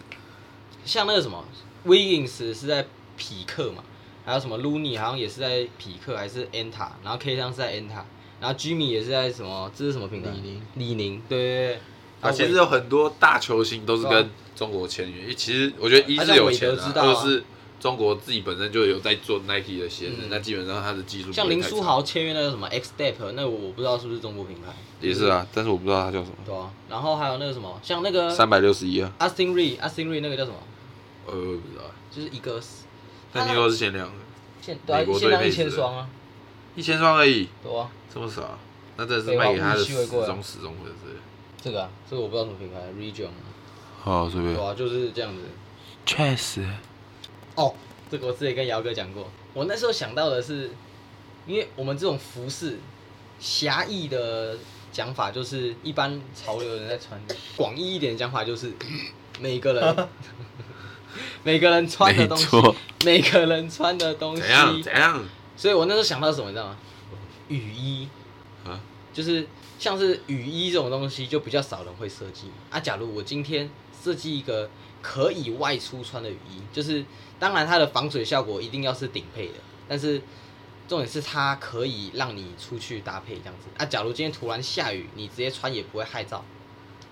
S1: 像那个什么 Wiggins 是在匹克嘛，还有什么 Looney 好像也是在匹克，还是 Anta，然后 K 上是在 Anta，然后 Jimmy 也是在什么，这是什么品牌？
S2: 李宁，
S1: 李宁，对对对。
S2: 啊，其实有很多大球星都是跟中国签约，因为其实我觉得一是有钱
S1: 啊他像韦德
S2: 啊，
S1: 知道
S2: 二
S1: 啊
S2: 是中国自己本身就有在做 Nike 的鞋子，
S1: 嗯
S2: 那基本上它的技术不会
S1: 像林
S2: 太差
S1: 书豪签约那个什么 X Step，那我不知道是不是中国品牌，
S2: 也是啊，但是我不知道它叫什么，
S1: 对啊。然后还有那个什么，像那个
S2: 三百六十一啊，
S1: Austin Reed Austin Reed 那个叫什么，
S2: 呃，我不知道啊，
S1: 就是一个
S2: 但听说是限量的，
S1: 限对啊
S2: 美国
S1: 限
S2: 队
S1: 量
S2: 配
S1: 一
S2: 置的
S1: 千双啊，
S2: 一千双而已，
S1: 对啊，
S2: 这么少啊，那真的是卖给他的死
S1: 废话物
S2: 忠
S1: 以
S2: 死忠粉丝。
S1: 这个啊，这个我不知道什么品牌，Region，啊
S2: 好，随
S1: 对
S2: 便，
S1: 啊，就是这样子。
S2: 确实，
S1: 哦，这个我之前跟姚哥讲过，我那时候想到的是，因为我们这种服饰狭义的讲法，就是一般潮流人在穿；广义一点的讲法， 就是每个人 每个人穿的
S2: 没
S1: 东西，
S2: 错，
S1: 每个人穿的东西
S2: 怎。样怎样
S1: 所以我那时候想到什么，你知道吗？雨衣，
S2: 啊？
S1: 就是像是雨衣这种东西，就比较少人会设计啊。假如我今天设计一个可以外出穿的雨衣，就是当然它的防水效果一定要是顶配的，但是重点是它可以让你出去搭配这样子啊。假如今天突然下雨，你直接穿也不会害臊，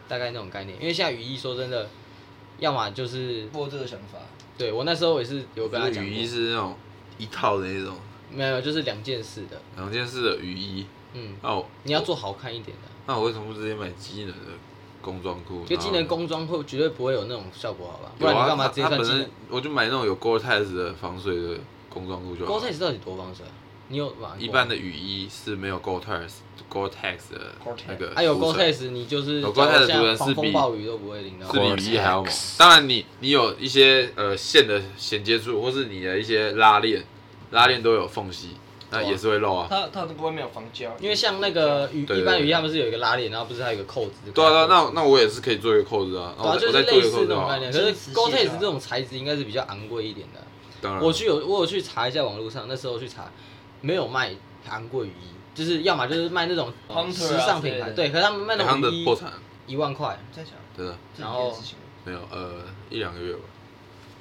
S1: 大概那种概念。因为现在雨衣说真的，要么就是
S3: 不过这个想法，
S1: 对我那时候也是有
S2: 我
S1: 跟
S2: 觉
S1: 他
S2: 得
S1: 讲
S2: 雨衣
S1: 过，
S2: 是那种一套的那种，
S1: 没有就是两件事的，
S2: 两件式的雨衣，
S1: 嗯，
S2: 哦，
S1: 你要做好看一点的。
S2: 那我为什么不直接买机能的工装裤？
S1: 就机能
S2: 然后
S1: 工装会绝对不会有那种效果，好吧？不
S2: 嗯有啊
S1: 然你干嘛直接
S2: 它它
S1: 穿
S2: 本
S1: 机能
S2: 身？我就买那种有 Gore-Tex 的防水的工装裤就好
S1: Gore
S2: 了。
S1: Tex 到底多防水啊？你有玩过吗
S2: 一般的雨衣是没有 Gore-Tex Gore-Tex 的
S3: Gore-Tex
S2: 那个
S1: 还啊有 Gore
S2: 涂层
S1: Tex，你就是
S2: 有呃 Gore-Tex 的
S1: 假如
S2: 图案
S1: 像
S2: 是
S1: 狂风
S2: 比
S1: 暴雨都不会淋到。
S2: 是比雨衣还要猛。当然你，你有一些呃线的衔接处，或是你的一些拉链，拉链都有缝隙，那
S1: 对啊
S2: 也是会漏啊。
S3: 它它那个外面有防胶，
S1: 因为像那个雨，
S2: 对对对
S1: 一般雨衣他们是有一个拉链，然后不是还有一个扣子？
S2: 对啊，对啊，那我那我也是可以做一个扣子啊，那
S1: 对啊，就
S2: 我再
S1: 是
S2: 我再做
S1: 类
S2: 一个
S1: 似这
S2: 扣子
S1: 种
S2: 好
S1: 概
S2: 了。
S1: 念。可是
S3: 真实
S1: Gore
S3: 性
S1: Tex
S3: 啊
S1: 这种材质应该是比较昂贵一点的。
S2: 当然，啊
S1: 我去有我有去查一下网络上，那时候去查，没有卖昂贵雨衣，就是要么就是卖那种
S3: Hunter 啊
S1: 时尚品牌，
S3: 之类的
S1: 对，可是他们卖
S2: 哎
S1: 那
S2: 他们
S1: 种雨
S2: 的
S1: 衣
S2: 破产，
S1: 一万块，
S3: 在想
S2: 真的
S3: 这
S1: 然后
S3: 件事情，
S2: 没有呃一两个月吧，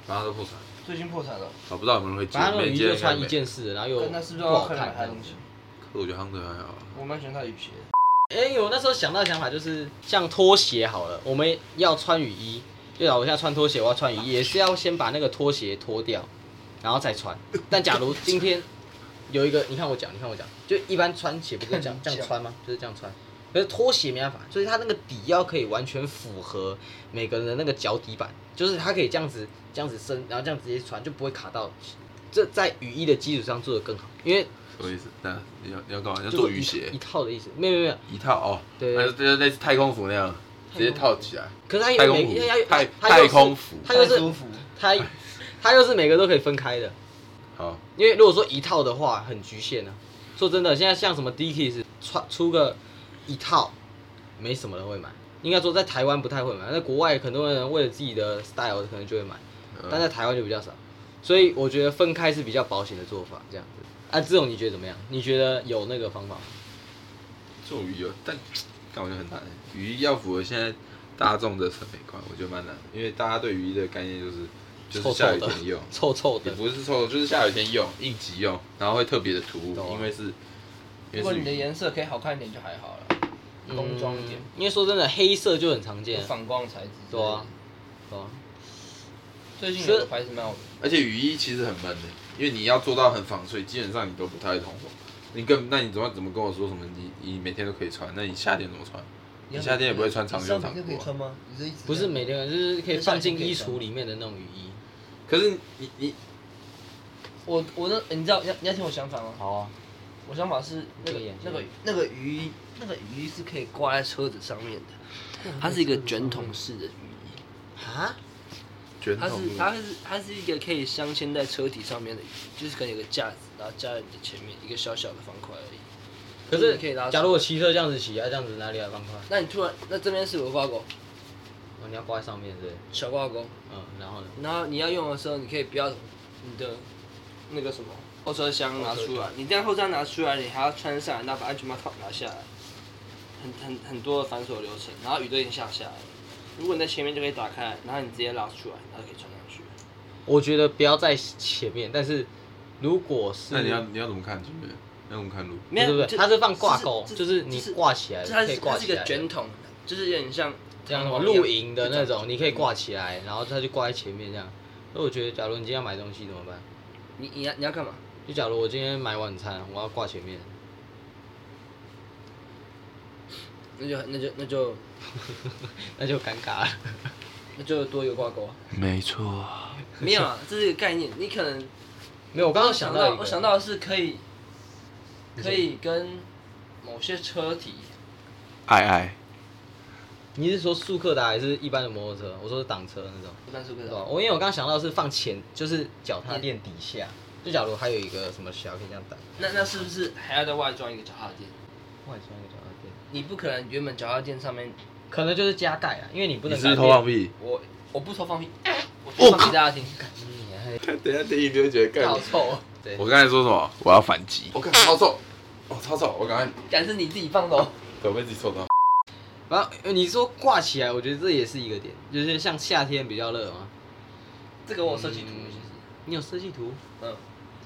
S2: 反正都破产，
S3: 最近破产了，
S2: 找不知道有没有人会接
S1: 反正那。种
S2: 没
S1: 雨衣
S2: 接
S1: 就
S2: 应该
S1: 穿
S2: 没
S1: 一，件式的，然后又
S3: 但那是不是
S1: 不
S3: 要
S1: 好
S3: 看
S1: 看
S3: 买
S1: 这
S3: 他的
S1: 样
S3: 东
S1: 子
S3: 西？
S2: 可是我觉得 Hunter 还好啊。
S3: 我蛮喜欢他的雨鞋，
S1: 哎、我那时候想到的想法就是，像拖鞋好了，我们要穿雨衣，对啊，我现在穿拖鞋，我要穿雨衣，也是要先把那个拖鞋脱掉，然后再穿。但假如今天有一个，你看我讲，你看我讲，就一般穿鞋不是这 样这样穿吗？就是这样穿。可是拖鞋没办法，就是它那个底要可以完全符合每个人的那个脚底板，就是它可以这样子这样子伸，然后这样直接穿，就不会卡到。这在雨衣的基础上做的更好，因为
S2: 什么意思？那你要你要干嘛？
S1: 就
S2: 要
S1: 是
S2: 做雨
S1: 一
S2: 鞋
S1: 一套的意思，没有没有没有，
S2: 一套哦，
S1: 对
S2: 那就那就类似太空服那样，直接套起来。
S1: 可是它
S2: 太
S1: 有
S2: 空
S1: 每
S2: 服
S1: 它它
S2: 太
S1: 它又
S2: 太
S1: 是
S2: 空服
S1: 它又
S3: 太
S1: 是
S3: 舒服，
S1: 它它又是每个都可以分开的，
S2: 好，
S1: 因为如果说一套的话很局限啊。说真的，现在像什么 Dickies 穿出个一套，没什么人会买。应该说在台湾不太会买，在国外很多人为了自己的 style 可能就会买，
S2: 嗯呃
S1: 但在台湾就比较少。所以我觉得分开是比较保险的做法，这样子。啊，这种你觉得怎么样？你觉得有那个方法吗？
S2: 做雨有，但但我觉得很难。雨衣要符合现在大众的审美观，我觉得蛮难的，因为大家对雨衣的概念就是就是
S1: 臭
S2: 下
S1: 臭
S2: 雨
S1: 的
S2: 天用，，
S1: 臭臭
S2: 也
S1: 的，
S2: 不是臭，就是下雨天用，应急用，然后会特别的突兀
S1: 懂，啊
S2: 因为是
S3: 如
S2: 因
S3: 果
S2: 为是
S3: 你的
S2: 雨衣。
S3: 颜色可以好看一点就还好了，工装一点
S1: 嗯，因为说真的，黑色就很常见
S3: 有
S1: 啊，
S3: 反光材质，
S1: 对啊，对啊。
S3: 最近有个牌子蛮好的，
S2: 而且雨衣其实很闷的，因为你要做到很防水，基本上你都不太通风。你跟那你怎么怎么跟我说什么你你每天都可以穿，那你夏天怎么穿？你夏天也不会穿长袖长
S4: 你上半身可以
S2: 裤啊。
S4: 穿吗？你这一直
S1: 不是每天就是可以放进
S4: 那夏天
S1: 衣
S4: 可以
S1: 橱
S4: 穿
S1: 里面的那种雨衣。
S2: 可是你你
S3: 我我那你知道你要你要听我想法吗？
S1: 好啊，
S3: 我想法是那个
S1: 对
S3: 那个那个雨衣，那个雨衣是可以挂在车子上面
S2: 哦
S3: 的，它是一个卷筒式的雨衣，
S1: 啊，
S2: 卷
S3: 它
S2: 筒
S3: 是它是它是一个可以镶嵌在车体上面的雨衣，就是可能有个架子，然后架在你的前面一个小小的方块而已。
S1: 可
S3: 就是你可以拉手
S1: 假如我骑车这样子骑啊，这样子哪里来方块？
S3: 那你突然那这边是我的挂钩，
S1: 哦，你要挂在上面是不是？
S3: 小挂钩，
S1: 嗯，然后呢？
S3: 然后你要用的时候，你可以不要你的那个什么后车厢拿出来，你这样后车厢拿出来，你还要穿上来，然后把安全帽套拿下来，很很很多的繁琐流程，然后雨都已经下下来了。如果你在前面就可以打开，然后你直接拉出来，然后可以穿上去。
S1: 我觉得不要在前面，但是如果是
S2: 那你要你要怎么看前面？要怎么看路？
S3: 没有，
S1: 不是不
S3: 这
S1: 是，它是放挂钩，
S3: 这
S1: 就是你
S3: 这
S1: 挂起来，
S3: 这它
S1: 可以
S3: 是
S1: 挂
S3: 它是一
S1: 起
S3: 个
S1: 来
S3: 卷
S1: 的。
S3: 筒，就是有点像
S1: 这样什么露营的那种，你可以挂起来，然后它就挂在前面这样。那我觉得，假如你今天要买东西怎么办？
S3: 你你要你要干嘛？
S1: 就假如我今天买晚餐，我要挂前面，
S3: 那就那就那就
S1: 那就尴尬了。
S3: 那就多一个挂钩啊。
S2: 没错，
S3: 没有啊，这是一个概念，你可能
S1: 没有，我刚刚
S3: 想
S1: 到一个，
S3: 我想到的是可以，
S1: 你
S3: 可
S1: 说
S3: 以跟某些车体，
S2: 爱爱
S1: 你是说速克达还是一般的摩托车？我说是挡车那种，
S3: 不算是不
S1: 对
S3: 是？
S1: 吧？我因为我刚刚想到是放前，就是脚踏垫底下。就假如还有一个什么小可以这样挡，
S3: 那那是不是还要再外装一个脚踏垫？
S1: 外装一个脚踏垫，
S3: 你不可能原本脚踏垫上面，
S1: 可能就是加盖啊，因为你不
S2: 你
S1: 能
S2: 是不
S1: 改
S2: 是偷
S1: 变
S2: 放屁？
S3: 我我不偷放屁，我偷放给大家听，
S1: 你还
S2: 等一下听一就觉得
S3: 好臭哦，
S1: 对，
S2: 我刚才说什么？我要反击。我看超臭，哦超臭，我刚才
S3: 敢是你自己放的哦。
S2: 怎么被自己臭到？
S1: 然后呃你说挂起来，我觉得这也是一个点，就是像夏天比较热嘛。
S3: 这个我有设计图
S1: 嗯
S3: 其实，
S1: 你有设计图，
S3: 嗯，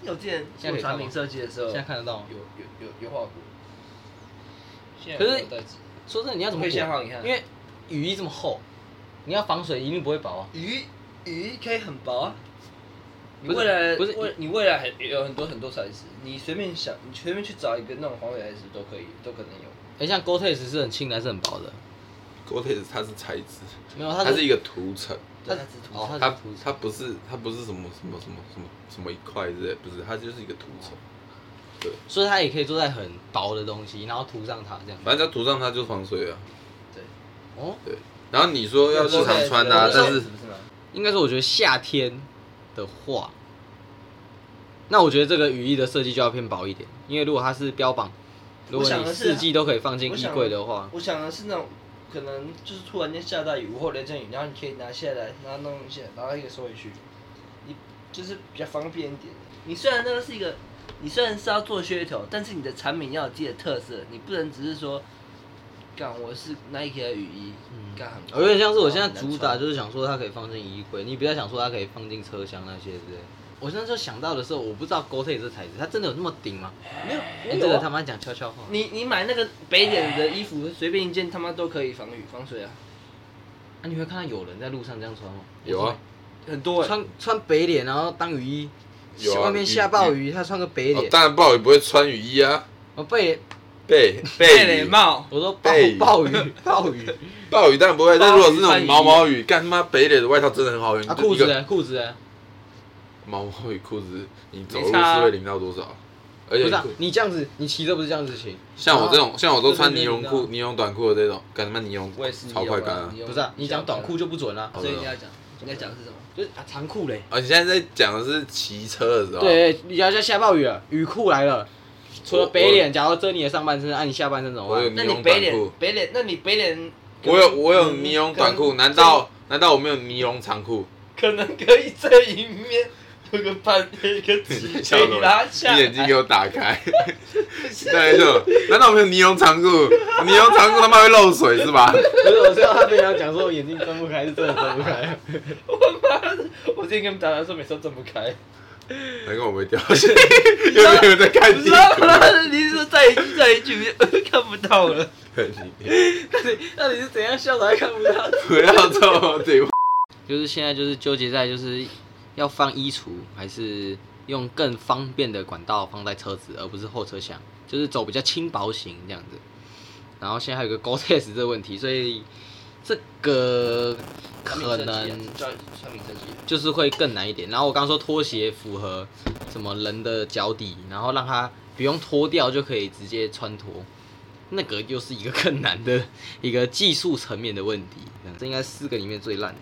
S3: 因为我之前
S1: 现在可
S3: 做
S1: 以看吗
S3: 产品设计的时候，
S1: 现在看得到吗？
S3: 有有有有画过。现在
S1: 可是
S3: 有带纸
S1: 说真的，你要怎么
S3: 可以先
S1: 裹
S3: 放你看
S1: 因为雨衣这么厚，你要防水一定不会薄啊。
S3: 鱼鱼可以很薄啊。你
S1: 不是
S3: 未来
S1: 不是
S3: 未你未来很有很多很多材质，你随便想，你随便去找一个那种黄水材质都可以，都可能有。
S1: 哎、像 Gore-Tex 是很轻的，还是很薄的？
S2: 狗腿它是材质，
S1: 没有，它
S2: 它
S1: 是
S2: 是一个涂层，
S1: 它
S3: 对它是涂
S1: 哦，它
S2: 它
S1: 是涂层
S2: 它不是它不是什么什么什么什么什么一块之类，不是，它就是一个涂层。
S1: 所以它也可以做在很薄的东西，然后涂上它这样。
S2: 反正只要涂上它就是防水啊。
S1: 哦，
S2: 对，然后你说要日常穿啊，
S1: 对
S2: 但
S3: 是
S2: 是
S3: 不是吗？
S1: 应该说我觉得夏天的话，那我觉得这个雨衣的设计就要偏薄一点，因为如果它是标榜，如果
S3: 我想
S1: 你
S3: 的是啊
S1: 四季都可以放进
S3: 我
S1: 衣
S3: 想
S1: 柜的话，
S3: 我想的是那种可能就是突然间下大雨，午后雷阵雨，然后你可以拿下来，然后弄一下，然后又收回去，你就是比较方便一点。你虽然那个是一个，你虽然是要做噱头，但是你的产品要有自己的特色，你不能只是说，干我是 Nike 的雨衣，干很
S1: 嗯有点像是我现在
S2: 啊
S3: 然后很
S1: 主
S3: 难
S1: 打
S3: 穿
S1: 就是想说它可以放进衣柜，你不要想说它可以放进车厢那些之类的。我现在就想到的时候，我不知道 g o t e 这材质，它真的有那么顶吗？
S3: 没有，
S1: 哎、
S3: 我有
S1: 这个
S3: 啊
S1: 他妈讲悄悄话。
S3: 你你买那个北点的衣服，随便一件他妈都可以防雨防水啊，
S1: 啊，你会看到有人在路上这样穿吗？
S2: 有啊，
S3: 很多哎、
S1: 穿穿北脸，然后当雨衣，
S2: 有啊
S1: 外面下暴雨，他穿个北
S2: 哦
S1: 脸，
S2: 当然暴雨不会穿雨衣啊，
S1: 我被
S2: 被
S3: 贝
S2: 被
S3: 雷
S2: 雨
S3: 帽，
S1: 我说暴
S2: 背影
S1: 暴雨暴雨
S2: 暴雨当然不会，
S3: 暴雨
S2: 但如果是那
S3: 穿
S2: 种
S3: 雨衣
S2: 毛毛雨，干他妈北脸的外套真的很好用，
S1: 啊，
S2: 你就
S1: 裤
S2: 一
S1: 子
S2: 嗯个
S1: 呢裤子呢？
S2: 毛毛雨裤子，你走路
S3: 没差啊
S2: 是会淋到多少？而
S1: 不
S2: 且
S1: 是、啊、你这样子，你骑车不是这样子骑，
S2: 像我这
S3: 啊
S2: 种，像我都穿
S1: 这是
S2: 尼龙
S1: 淋
S2: 裤、
S1: 到
S2: 尼龙短裤的这种，干他妈尼龙
S3: 我也是
S2: 超快干啊！
S3: 尼龙
S1: 不是啊？你讲短裤就不准啦、
S2: 好
S3: 所以
S2: 的
S3: 你要讲，你要讲的是什么？
S1: 就是啊长裤嘞。
S2: 哦，你现在在讲的是骑车的时候，，啊
S1: 对，你要下下暴雨了，雨裤来了。除了
S2: 我
S1: 北脸，假如遮你的上半身，按、啊你下半身怎么
S2: 我有
S1: 办？
S2: 尼
S3: 那你
S2: 龙
S3: 北
S2: 短
S3: 脸
S2: 裤，
S3: 北脸，那你北脸，
S2: 我有我有尼龙短裤，
S3: 跟
S2: 难道难道我没有尼龙长 裤？
S3: 可能可以在一面有个半一个旗可以拉下来
S2: 你眼睛给我打 开，对，就难道我没有尼龙长裤？尼龙长裤他妈会漏水是吧？
S1: 不是，我知道他平常讲说我眼睛睁不开，是真的睁不开。
S3: 我妈的，我之前跟达达说每次都睁不开，
S2: 难怪我没掉线， 因为没有在看
S3: 你
S2: 地
S3: 知道
S2: 图。
S3: 吗？啊你说再一句再一句，看不到了。
S1: 到底是怎样笑才看不到？
S2: 不要臭对吧？
S1: 就是现在就是纠结在就是要放衣橱，还是用更方便的管道放在车子，而不是后车厢，就是走比较轻薄型这样子。然后现在还有一个 GoTest 这个问题，所以这个可能
S3: 啊叫产品设计啊，
S1: 就是会更难一点。然后我刚说拖鞋符合什么人的脚底，然后让它不用脱掉就可以直接穿脱，那个又是一个更难的 一个技术层面的问题。这应该是四个里面最烂的。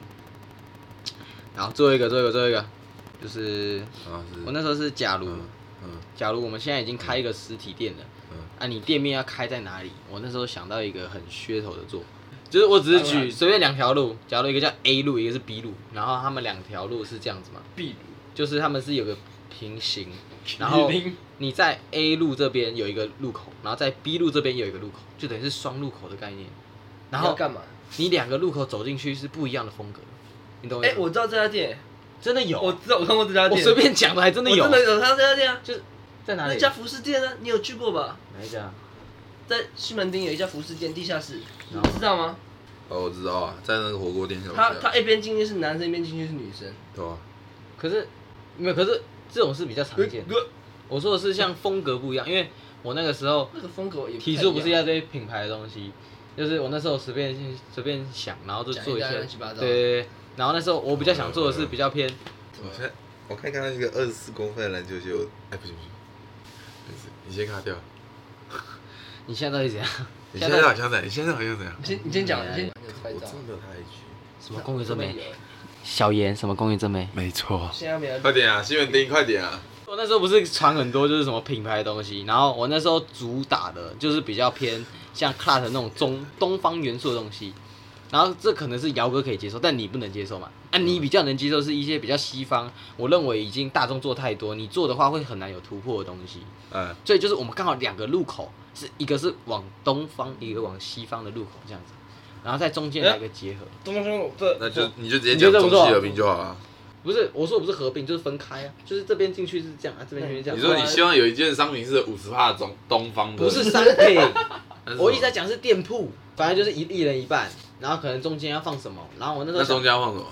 S1: 然后最后一个，最后一个，最后一个，就是
S2: 啊是，
S1: 我那时候是假如，
S2: 嗯嗯
S1: 假如我们现在已经开一个实体店了，
S2: 嗯
S1: 啊，你店面要开在哪里？我那时候想到一个很噱头的做法，就是我只是
S3: 当
S1: 举
S3: 然
S1: 随便两条路，假如一个叫 A 路，一个是 B 路，然后他们两条路是这样子嘛，
S3: 壁
S1: 就是他们是有个平行，
S3: 炉
S1: 然后
S3: 麒麟
S1: 你在 A 路这边有一个路口，然后在 B 路这边有一个路口，就等于是双路口的概念，然
S3: 你要
S1: 后
S3: 干嘛？
S1: 你两个路口走进去是不一样的风格，你懂我意
S3: 哎、
S1: 思吗？
S3: 我知道这家店，
S1: 真的有，
S3: 我
S1: 我
S3: 知道我看过这家店，
S1: 随便讲的还真的有
S3: 啊我，真的有看到这家店啊，
S1: 就是在哪
S3: 那
S1: 里？
S3: 家服饰店啊，你有去过吧？
S1: 哪一家？
S3: 在西门町有一家服饰店，地下室，你
S1: 然后
S3: 知道吗？
S2: 哦我知道啊，在那个火锅店楼
S3: 他
S2: 下，
S3: 他一边进去是男生，一边进去是女生。
S2: 对啊，
S1: 可是没有，可是这种是比较常
S3: 呃
S1: 见。我说的是像风格不一样，因为我那个时候
S3: 那个风格也
S1: 提出不是一大堆品牌的东西，就是我那时候随便随便想，然后就做
S3: 讲一大
S1: 些
S3: 堆乱七八糟
S1: 对对对。然后那时候我比较想做的是比较偏，
S2: 我现在我看看到一个二十四公分的篮球鞋，我哎不行不行，没事，你先卡掉，
S1: 你现在到底怎样？
S2: 你现在好像怎样？你现在好像怎样
S3: 你？先你先讲，
S1: 哎
S3: 你先拍
S2: 我
S3: 照
S2: 真。的没有他 IG，
S1: 什么公园真
S3: 这
S1: 美？
S3: 边有
S1: 小严什么公园真美？
S2: 没错，
S3: 现在没有。
S2: 快点啊，西门町，快点啊！
S1: 我那时候不是传很多就是什么品牌的东西，然后我那时候主打的就是比较偏像 c l a s 那种中东方元素的东西，然后这可能是姚哥可以接受，但你不能接受嘛？啊，你比较能接受是一些比较西方，我认为已经大众做太多，你做的话会很难有突破的东西，
S2: 嗯，
S1: 所以就是我们刚好两个路口，是一个是往东方，一个往西方的路口这样子，然后在中间来个结合，
S3: 东方我这
S2: 那就你就直接
S1: 你觉
S2: 讲
S1: 得
S2: 中
S1: 不错啊
S2: 西合并就好了。
S1: 不是我说我不是合并就是分开啊，就是这边进去是这样啊，这边进去是这样，
S2: 你说你希望有一件商品是五十帕中东方的，
S1: 不是商品。
S2: 那是什么
S1: 我一直在讲是店铺，反正就是一一人一半，然后可能中间要放什么，然后我那时候
S2: 那中
S1: 想
S2: 间要放什么？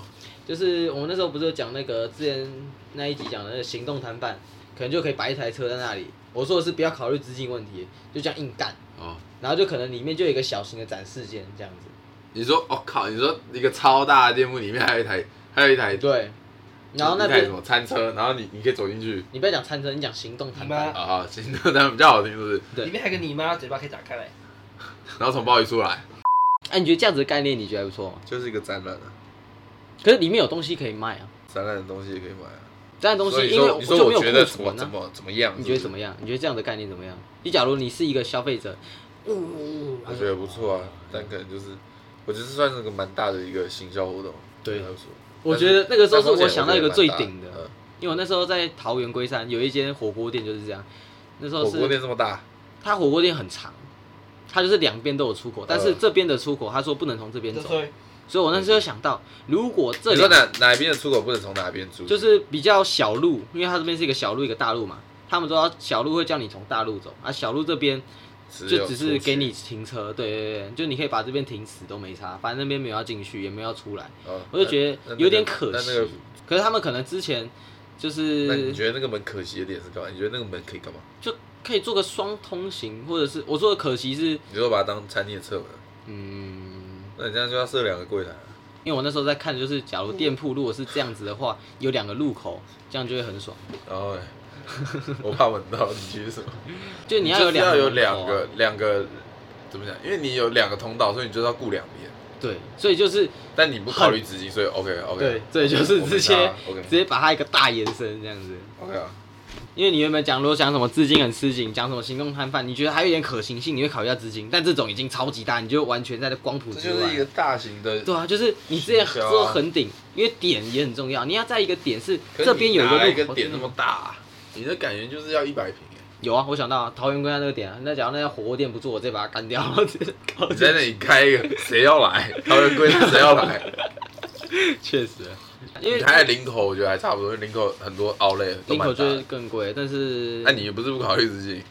S1: 就是我们那时候不是有讲那个之前那一集讲的那个行动摊贩，可能就可以摆一台车在那里。我说的是不要考虑资金问题，就这样硬干，
S2: 哦，
S1: 然后就可能里面就有一个小型的展示间这样子，
S2: 你说我、哦、靠，你说一个超大的店铺里面还有一台，还有一台，
S1: 哎对。然后那
S2: 一台
S1: 边
S2: 什么餐车，然后你你可以走进去
S1: 你不要讲餐车，你讲行动摊贩
S2: 啊，，啊，行，那这样比较好听是不是？
S1: 对
S3: 里面还有个你妈，嘴巴可以打开来。
S2: 然后从包里出来，
S1: 哎、你觉得这样子的概念你觉得还不错吗？
S2: 就是一个展览啊，
S1: 可是里面有东西可以卖啊，
S2: 展览的东西也可以买啊。
S1: 这样的东
S2: 所
S1: 西
S2: 以
S1: 因为
S2: 说
S1: 我
S2: 你说
S1: 就没有
S2: 我觉得
S1: 库
S2: 怎么
S1: 存
S2: 怎
S1: 啊。
S2: 么怎么样？
S1: 你觉得怎
S2: 么？
S1: 么样？你觉得这样的概念怎么样？你假如你是一个消费者，呜呜呜，
S2: 我觉得不错啊，但可能就是我觉得算是个蛮大的一个行销活动，
S1: 对
S2: 还不错。
S1: 我觉得那个时候
S2: 但
S1: 是我
S2: 风险
S1: 想到一个
S2: 觉得
S1: 最
S2: 蛮大
S1: 顶的，
S2: 嗯
S1: 因为我那时候在桃园龟山有一间火锅店就是这样，那时候
S2: 火锅
S1: 是
S2: 店这么大，
S1: 它火锅店很长，它就是两边都有出口，但是
S2: 嗯
S1: 这边的出口他说不能从这边
S3: 就
S1: 走，
S3: 说
S1: 所以我那时候想到，如果这
S2: 你说
S1: 两
S2: 哪哪一边的出口不能从哪边出？
S1: 就是比较小路，因为它这边是一个小路一个大路嘛，他们说小路会叫你从大路走，啊小路这边就
S2: 有
S1: 只
S2: 出
S1: 是
S2: 去
S1: 给你停车，对对对，就你可以把这边停死都没差，反正那边没有要进去，也没有要出来。
S2: 哦
S1: 我就觉得
S2: 那那那
S1: 有点
S2: 那
S1: 可
S2: 那那个
S1: 惜，可是他们可能之前就
S2: 那你
S1: 是
S2: 觉得那个门可惜的点是干嘛？你觉得那个门可以干嘛？
S1: 就可以做个双通行，或者是我说的可惜是，
S2: 你说把它当餐厅的侧门，
S1: 嗯，
S2: 那你这样就要设两个柜台啊。
S1: 因为我那时候在看，就是假如店铺如果是这样子的话，有两个路口，这样就会很爽。
S2: 然后欸，我怕闻到，你觉得什么？
S1: 就 你要有
S2: 就是
S1: 两
S2: 要
S1: 个
S2: 有
S1: 路口
S2: 两
S1: 啊
S2: 个两个怎么讲？因为你有两个通道，所以你就是要顾两边。
S1: 对，所以就是
S2: 但你不考虑资金，所以 OK OK。
S1: 对，所以就是直接
S2: OK
S1: 直接把它一个大延伸这样子。
S2: OK 啊。
S1: 因为你原本讲如果讲什么资金很吃紧，讲什么行动摊贩，你觉得还有一点可行性，你会考虑一下资金，但这种已经超级大，你就完全在光谱
S2: 这
S1: 之
S2: 就是一个
S1: 外。
S2: 大型的，
S1: 对啊，就是你之前
S2: 取消啊
S1: 说很顶，因为点也很重要，你要在一个点是
S2: 可是
S1: 这边有
S2: 你
S1: 个
S2: 哪
S1: 路
S2: 一个
S1: 口
S2: 点那么大啊，你的感觉就是要一百平欸
S1: 有啊，我想到啊桃园龟山那个点啊，那假如那家火锅店不做，我直接把它干掉。搞
S2: 你在那里开一个，谁要 来？桃园龟山谁要来？
S1: 确实，因
S2: 你
S1: 为
S2: 开在林口，我觉得还差不多，因为林口很多啊奥类都
S1: 林
S2: 蛮
S1: 口
S2: 大
S1: 就是
S2: 的。
S1: 更贵，但是
S2: 那你不是不考虑资金？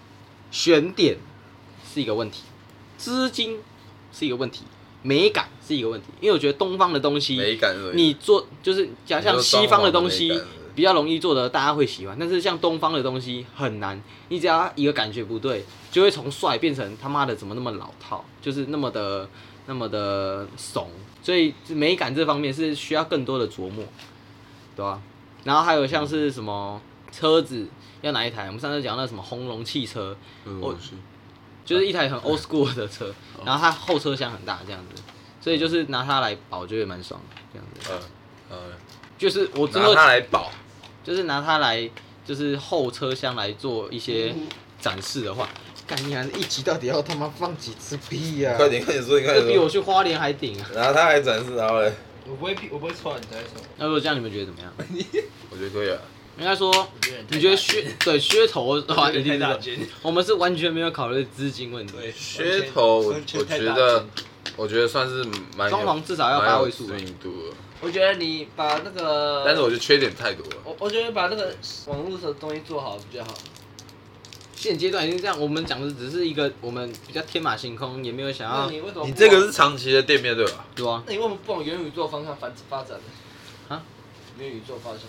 S1: 选点是一个问题，资金是一个问题，美感是一个问题，因为我觉得东方的东西
S2: 美感而已
S1: 你做就是假
S2: 你
S1: 像
S2: 说
S1: 西方的东
S2: 装潢
S1: 西
S2: 美感，
S1: 比较容易做的，大家会喜欢。但是像东方的东西很难，你只要一个感觉不对，就会从帅变成他妈的怎么那么老套，就是那么的那么的怂。所以美感这方面是需要更多的琢磨，对吧、然后还有像是什么车子要哪一台，我们上次讲到那什么红龙汽车，
S2: 嗯，
S1: 我
S2: 我是
S1: 就是一台很 old school 的车，然后它后车厢很大这样子，所以就是拿它来保，我觉得蛮爽的这样子。
S2: 呃呃，
S1: 就是我之
S2: 拿
S1: 后
S2: 它来保，
S1: 就是拿它来就是后车厢来做一些
S3: 嗯
S1: 展示的话，干你娘一集到底要他妈放几次屁呀、
S2: 快点快点说，你快
S1: 这
S2: 点
S1: 比我
S2: 说，
S1: 去花莲还顶啊！
S2: 拿它来展示，然后嘞，
S3: 我不会屁，我不会抽啊，你在抽，
S1: 那如果这样，你们觉得怎么样？
S2: 我觉得可以啊了。
S1: 应该说，你觉得噱对噱头的话，一定
S3: 太
S1: 是
S3: 大
S1: 这
S3: 间，
S1: 我们是完全没有考虑资金问题。
S3: 对，
S2: 噱头，我
S3: 完全
S2: 我
S3: 太
S2: 觉
S3: 大
S2: 得
S3: 间，
S2: 我觉得算是蛮有
S1: 装潢至少要
S2: 蛮
S1: 八
S2: 有
S1: 位数啊吧
S2: 知名度的，
S3: 我觉得你把那个，
S2: 但是我觉得缺点太多了。
S3: 我我觉得把那个网络的东西做好比较好。
S1: 现阶段已经这样，我们讲的只是一个我们比较天马行空，也没有想
S3: 那
S1: 要
S3: 你为什么不往？
S2: 你这个是长期的店面对吧？
S1: 对啊，
S3: 那你为什么不往元宇宙方向发发展呢？
S1: 啊？
S3: 元宇宙方向，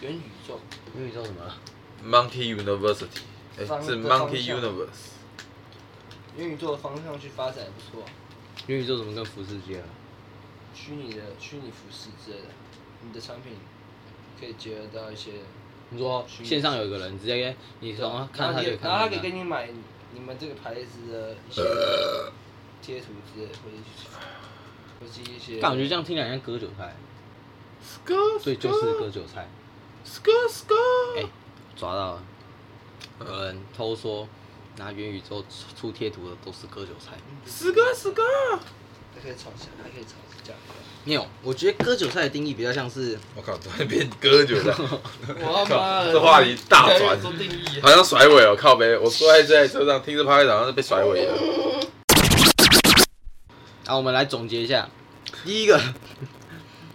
S3: 元宇宙，
S1: 元宇宙什么了？
S2: Monkey University，哎、
S3: 方
S2: 是
S3: 的方
S2: Monkey
S3: 向
S2: Universe，
S3: 元宇宙的方向去发展也不错啊、
S1: 元宇宙怎么跟服饰结合？
S3: 虚拟的虚拟服饰之类的，你的产品可以结合到一些，
S1: 你说
S3: 虚拟
S1: 线上有一个人直接你从
S3: 然后
S1: 看他
S3: 你
S1: 就
S3: 然后
S1: 看
S3: 他可以
S1: 到
S3: 给你买你们这个牌子的 一些
S2: 呃
S3: 贴图之类的，或者是或者是一些。
S1: 干，我觉得这样听起来像割韭菜，所以就是割韭菜。
S2: Skr Skr，
S1: 哎、抓到了，有人偷说拿元宇宙出贴图的都是割韭菜。
S2: Skr Skr，
S3: 还可以炒价，还可以炒价格。
S1: 没有，我觉得割韭菜的定义比较像是，
S2: 我靠，突然变割韭菜，
S3: 我他妈的！
S2: 这话题大
S3: 越
S2: 转
S3: 来越，多定义。
S2: 好像甩尾哦，靠背，我坐在这台车上听着趴在好像是被甩尾了。
S1: 啊，我们来总结一下，第一个，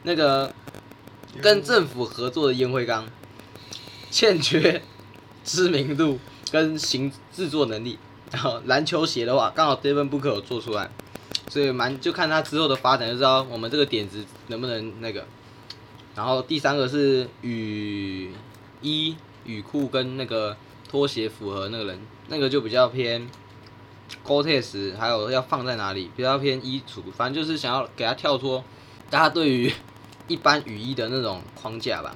S1: 那个跟政府合作的烟灰缸欠缺知名度跟行制作能力，然后篮球鞋的话，刚好 Devin Booker 有做出来，所以蛮就看他之后的发展就知道我们这个点子能不能那个。然后第三个是雨衣、雨裤跟那个拖鞋符合那个人，那个就比较偏 Cortex，还有要放在哪里，比较偏衣橱，反正就是想要给他跳脱大家对于一般雨衣的那种框架吧。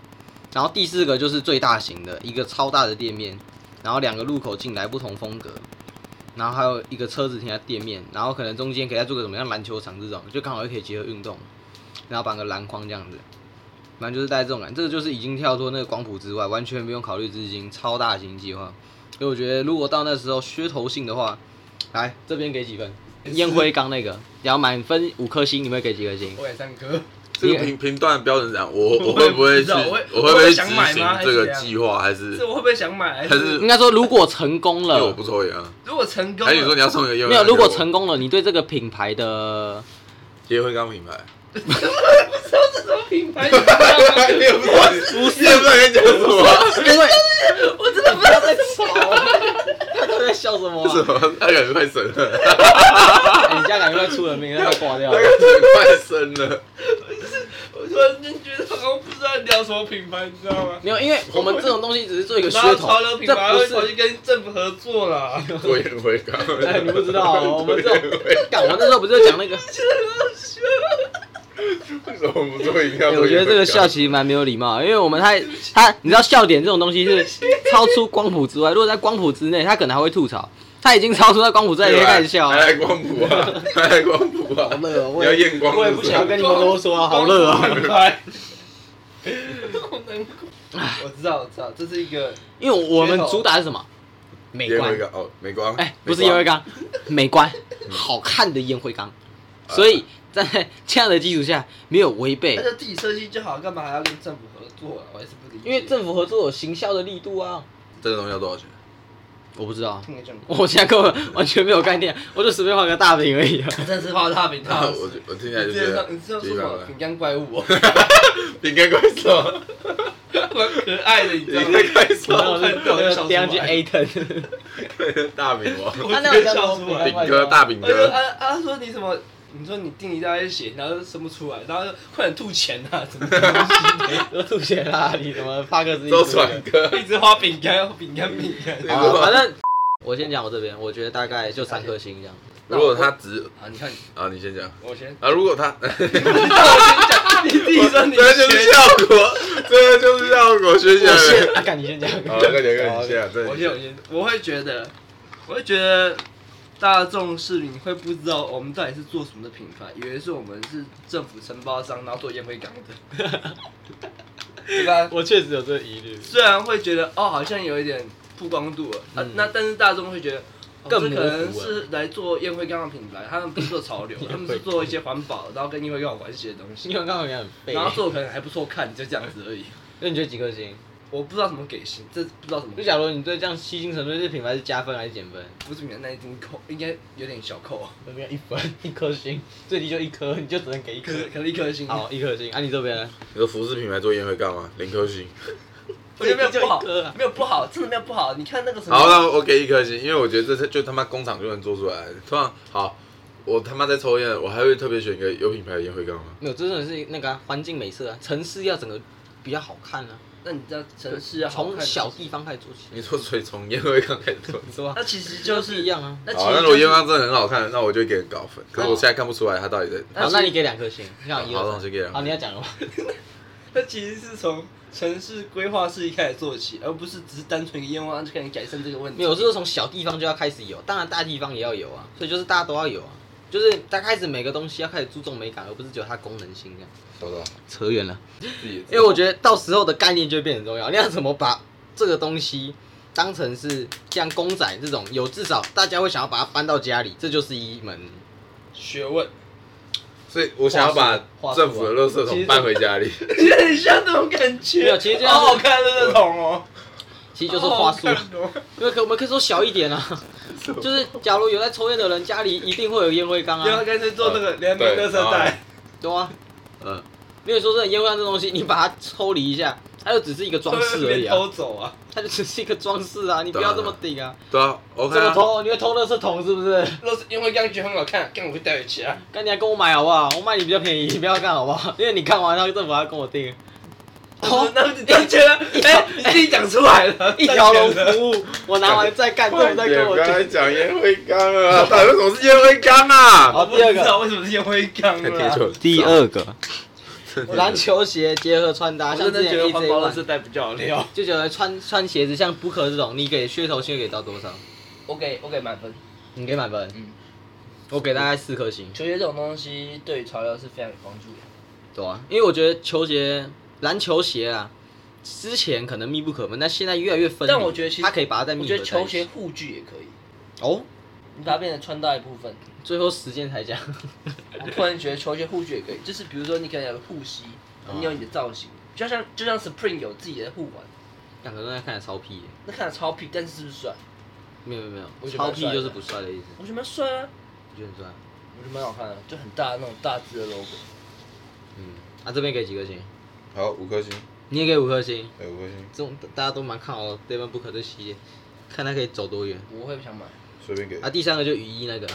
S1: 然后第四个就是最大型的一个超大的店面，然后两个入口进来不同风格，然后还有一个车子停在店面，然后可能中间给他做个什么像篮球场这种，就刚好又可以结合运动，然后绑个篮筐这样子，反正就是带这种感，这个就是已经跳脱那个光谱之外，完全不用考虑资金，超大型计划。所以我觉得如果到那时候噱头性的话，来这边给几分？烟灰缸那个，然后满分五颗星，你们会给几颗星？
S3: 我也唱歌。
S2: 这个评评断标准是怎样？我我
S3: 我也
S2: 会不会
S3: 不知
S2: 去？
S3: 道
S2: 我
S3: 我也
S2: 会不会执
S3: 我会想买吗
S2: 行
S3: 还是
S2: 这
S3: 怎
S2: 个
S3: 样
S2: 计划？还是
S3: 这我会不会想买？还
S2: 还是
S1: 应该说，如果成功
S2: 因为我
S1: 了，
S2: 不抽烟啊？啊
S3: 如果成功了，
S2: 还是你说你要送一个烟
S1: 没
S2: 灰
S1: 有，
S2: 缸给
S1: 如
S2: 我？
S1: 果成功了，你对这个品牌 的
S2: 结婚刚品牌，
S3: 不知道这什么品牌？你知道吗
S2: 你也不知道，不是不知道该讲什么啊，
S1: 因为
S3: 我真的不知道在
S1: 操，他在笑什么
S2: 什
S1: 啊？
S2: 么？他感觉快神了，
S1: 哎你这样感觉快出人命，要挂掉
S2: 他
S1: 了
S2: 感。觉快神了。
S3: 我突然间觉得好像不知道聊什么品牌，你知道吗？
S1: 没有，因为我们这种东西只是做一个
S3: 哪
S1: 噱
S3: 有
S1: 头
S3: 潮流，品牌会
S1: 这
S3: 跑
S1: 不
S3: 去
S1: 是。
S3: 跟政府合作啦？
S2: 我也会搞。
S1: 哎，你不知 道哦，我们这种
S2: 我也会，
S1: 干，我那时候不是讲那个？
S2: 为什么不做一定要
S1: 哎
S2: 做？
S1: 我觉得这个笑其实蛮没有礼貌，因为我们太他，你知道笑点这种东西是超出光谱之外，如果在光谱之内，他可能还会吐槽，他已经超出在光谱之外，你可以开始笑啊
S2: 还。来光谱啊，还来光谱啊，
S1: 好热哦我
S2: 你
S1: 也
S2: 要验光，
S1: 我也不想要跟你们啰嗦啊，好热啊！
S3: 品牌，好难过。我知道，我知道，这是一个
S1: 因为我们主打是什么？美
S2: 烟
S1: 观
S2: 灰。缸哦，美光，
S1: 哎、不是烟灰
S2: 缸，
S1: 缸，美观、好看的烟灰缸。所以在这样的基础下，没有违背
S3: 他，就自己设计就好，干嘛还要跟政府合作啊？我也是不理解。
S1: 因为政府合作有行销的力度啊。
S2: 这个东西要多少钱？
S1: 我不知道，
S3: 听得政府，
S1: 我现在根本完全没有概念，我就随便画个大饼而已、啊。
S3: 真的是画大饼
S2: 然
S1: 啊
S3: 大
S2: 后
S3: 饼。
S2: 我就我听
S3: 你
S2: 起来就
S3: 之
S2: 觉
S3: 前
S2: 得
S3: 说你知道
S2: 就
S3: 说
S2: 一
S3: 什
S2: 般
S3: 么
S2: 般
S3: 饼干怪物哦，
S2: 饼干快手，
S3: 蛮可爱的，你知道
S2: 饼
S3: 吗？
S2: 干快手，
S1: 然后我就我就掉上去 A 腾，
S2: 大饼王，
S3: 我
S1: 他
S3: 直
S1: 那个
S3: 接
S1: 叫什
S3: 笑出
S1: 么
S3: 来
S2: 饼。哥大饼
S3: 我就
S2: 哥，
S3: 啊啊说你什么你说你订一大堆血，然后生不出来，然后快点吐钱啊，怎么东西
S1: 都吐血啦！啊你怎么发个自己
S2: 周传哥，
S3: 一直花饼干，饼干饼干。
S2: 对
S1: 好反正我先讲我这边，我觉得大概就三颗星这样。
S2: 如果他只
S3: 啊，你看，
S2: 啊，你先讲
S3: 我先，
S2: 啊，如果他，
S3: 啊你自己 说你
S2: 这就是效果，这就是效果，学起
S1: 我先，
S2: 来。
S1: 啊，干你先讲。
S2: 好，快点，快点，你先讲，
S3: 我
S2: 这
S3: 先，我先，我会觉得，我会觉得大众市民会不知道我们到底是做什么的品牌，以为是我们是政府承包商，然后做烟灰缸的， 对吧？
S1: 我确实有这个疑虑，
S3: 虽然会觉得哦，好像有一点曝光度了，啊
S1: 嗯
S3: 那但是大众会觉得。哦
S1: 更
S3: 这可能
S1: 模糊了
S3: 是来做烟灰缸的品牌，他们不是做 潮流，他们是做一些环保，然后跟烟灰缸有关系的东
S1: 因
S3: 西，
S1: 为刚好也很背。
S3: 然后做得可能还不错看，就这样子而已。
S1: 那你觉得几颗星？
S3: 我不知道怎么给薪，这不知道怎么
S1: 就假如你对这样吸睛程度，这品牌是加分还是减分？
S3: 不是名那一定扣，应该有点小扣，
S1: 我没有一分， 一颗星，最低就一颗，你就只能给一
S3: 可
S1: 颗。
S3: 可能一颗星。
S1: 好，一颗星。啊，你这边呢？
S2: 你说服饰品牌做烟灰干嘛？零颗星。
S3: 我觉得没有不好
S1: 就一颗啊，
S3: 没有不好，真的没有不好。你看那个什么，
S2: 好，那我给一颗星，因为我觉得这是就他妈工厂就能做出来。突然，好，我他妈在抽烟，我还会特别选一个有品牌的烟灰缸吗？
S1: 没有，这真的是那个啊环、境美色啊，城市要整个比较好看啊，
S3: 那你知道城市啊，好
S1: 从
S3: 看
S1: 小地方开始做起。
S2: 你说所以从烟灰缸开始做。
S1: 你说啊
S3: 那其实就是
S1: 一样啊
S3: 那其
S2: 好，
S3: 实
S2: 那如
S3: 就
S2: 果
S3: 是
S2: 烟灰缸真的很好看，那我就会给人高分。可是我现在看不出来他到底在。
S1: 好，那你给两颗星，
S2: 好
S1: 像一
S2: 好，那
S1: 二
S2: 我
S1: 三
S2: 先给两
S1: 好，你
S2: 颗。
S1: 要讲了吗？
S3: 那其实是从城市规划师一开始做起，而不是只是单纯一个愿望就可以改善这个问题。
S1: 没有，我是说从小地方就要开始有，当然大地方也要有啊，所以就是大家都要有啊，就是大家开始每个东西要开始注重美感，而不是只有它功能性这样。
S2: 收
S3: 啊
S2: 到。
S1: 扯远了，
S2: 自己也知道
S1: 因为我觉得到时候的概念就会变得很重要，你要怎么把这个东西当成是像公仔这种有至少大家会想要把它搬到家里，这就是一门
S3: 学问，
S2: 所以我想要把政府的垃圾桶搬回家里。
S3: 有点像那种感觉。
S1: 没有其实这样是
S3: 好好看的那种哦，
S1: 其实就是话术了。
S3: 了。
S1: 因为可我们可以说小一点啊， 就是假如有在抽烟的人，家里一定会有烟灰缸
S3: 不要
S1: 啊，
S3: 干脆做那个联名
S2: 对
S3: 垃圾袋，
S1: 对啊。
S2: 嗯，
S1: 因为说真的，烟灰缸这东西，你把它抽离一下，它就只是一个 装饰而已
S3: 被
S1: 啊，
S3: 偷走啊！
S1: 它就只是一个装饰啊，你不要这么顶啊。
S2: 对啊，OK
S1: 怎么
S2: 啊。
S1: 偷？你会偷垃圾桶是不是？
S3: 若是因为感觉得很好看，干我会带回去啊。
S1: 赶紧来跟我买好不好？我卖你比较便宜，你不要干好不好？因为你看完，他政府还要跟我定。
S3: 哦
S1: 哦，，
S3: 那你就觉得，哎，你自己讲出来了，
S1: 一条龙
S3: 赚钱了
S1: 服务，我拿完再干，政府再跟我
S2: 不要再
S1: 定。
S2: 讲烟灰缸了啊，到底为什么是烟灰缸啊？
S1: 好，第二
S3: 我不知
S1: 个，
S3: 道为什么是烟灰缸
S2: 看
S3: 了
S2: 贴
S3: 啊。
S2: 就
S1: 个，
S2: 真的
S1: 篮球鞋结合穿搭，
S3: 我
S1: 啊像
S3: 真
S1: 之
S3: 的
S1: 前
S3: 觉得
S1: AJ
S3: 环保垃
S1: One
S3: 圾袋比较好料。
S1: 就觉得穿穿鞋子像 b o o 这种，你给噱头先给到多少？
S3: 我给我给满分。
S1: 你给满分，
S3: 嗯，
S1: 我给大概四颗星。
S3: 球鞋这种东西对于潮流是非常有帮助的。
S1: 对啊，因为我觉得球鞋、篮球鞋啊，之前可能密不可分，但现在越来越分离。
S3: 但我觉得其实
S1: 它可以把它再密
S3: 我
S1: 合
S3: 觉得
S1: 在一
S3: 球
S1: 起
S3: 鞋护具也可以，
S1: 哦，
S3: 你把它变成穿搭一部 分。
S1: 最后时间才讲。
S3: 我突然觉得球鞋护具也可以，就是比如说你可能有护膝，
S1: 啊
S3: 你有你的造型，就像就像 Spring 有自己的护腕，
S1: 两个人看起来超屁的，
S3: 那看着超屁，但是是不是帅？
S1: 没有没有没
S3: 我
S1: 有，
S3: 觉
S1: 超
S3: 得蛮
S1: 屁
S3: 帅的
S1: 就是不帅的意思，
S3: 我觉得蛮帅啊，
S1: 你觉得很帅？
S3: 我觉得蛮好看的，就很大的那种大字的 logo。
S1: 嗯，啊这边给几颗星？
S2: 好，五颗星，
S1: 你也给五颗星，
S2: 哎，五颗星，
S1: 这种大家都蛮看好 d e v o n Booker 这系列，看他可以走多远。
S3: 我会想买，
S2: 随便给
S1: 啊，第三个就雨衣那个，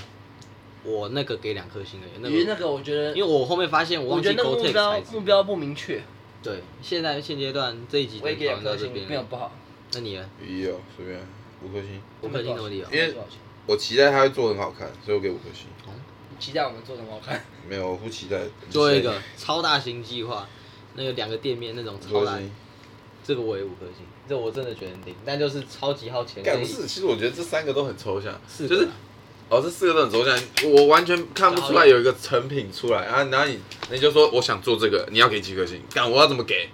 S1: 我那个给两颗星而已。那
S3: 因为那
S1: 个，
S3: 个我觉得，
S1: 因为我后面发现我
S3: 我
S1: 忘
S3: 觉
S1: 记
S3: 得那个
S1: Gore
S3: 目
S1: Tex
S3: 标
S1: 材
S3: 目
S1: 质。
S3: 标不明确，
S1: 对，现在现阶段这一集
S3: 我也
S1: 就
S3: 给两
S1: 讲
S3: 颗
S1: 到这
S3: 星，
S1: 边
S3: 没有
S1: 了。
S3: 不好。
S1: 那你呢？
S2: 一哦，随便五颗星。
S1: 五颗星怎么理由？
S2: 因为我期待他会做得很好看，所以我给五颗星。
S3: 你期待我们做得很好看，
S2: 没有，我不期待。
S1: 做一个超大型计划，那个两个店面那种
S2: 五
S1: 超
S2: 颗
S1: 大，
S2: 星。
S1: 这个我也五颗星，这我真的觉得很顶，但就是超级耗钱。
S2: 干不
S1: 所以
S2: 是，其实我觉得这三个都很抽象，
S1: 四
S2: 就
S1: 个
S2: 是
S1: 啊
S2: 哦，这四个都很抽象，我完全看不出来有一个成品出来啊。然后你你就说我想做这个，你要给几颗星？干我要怎么给？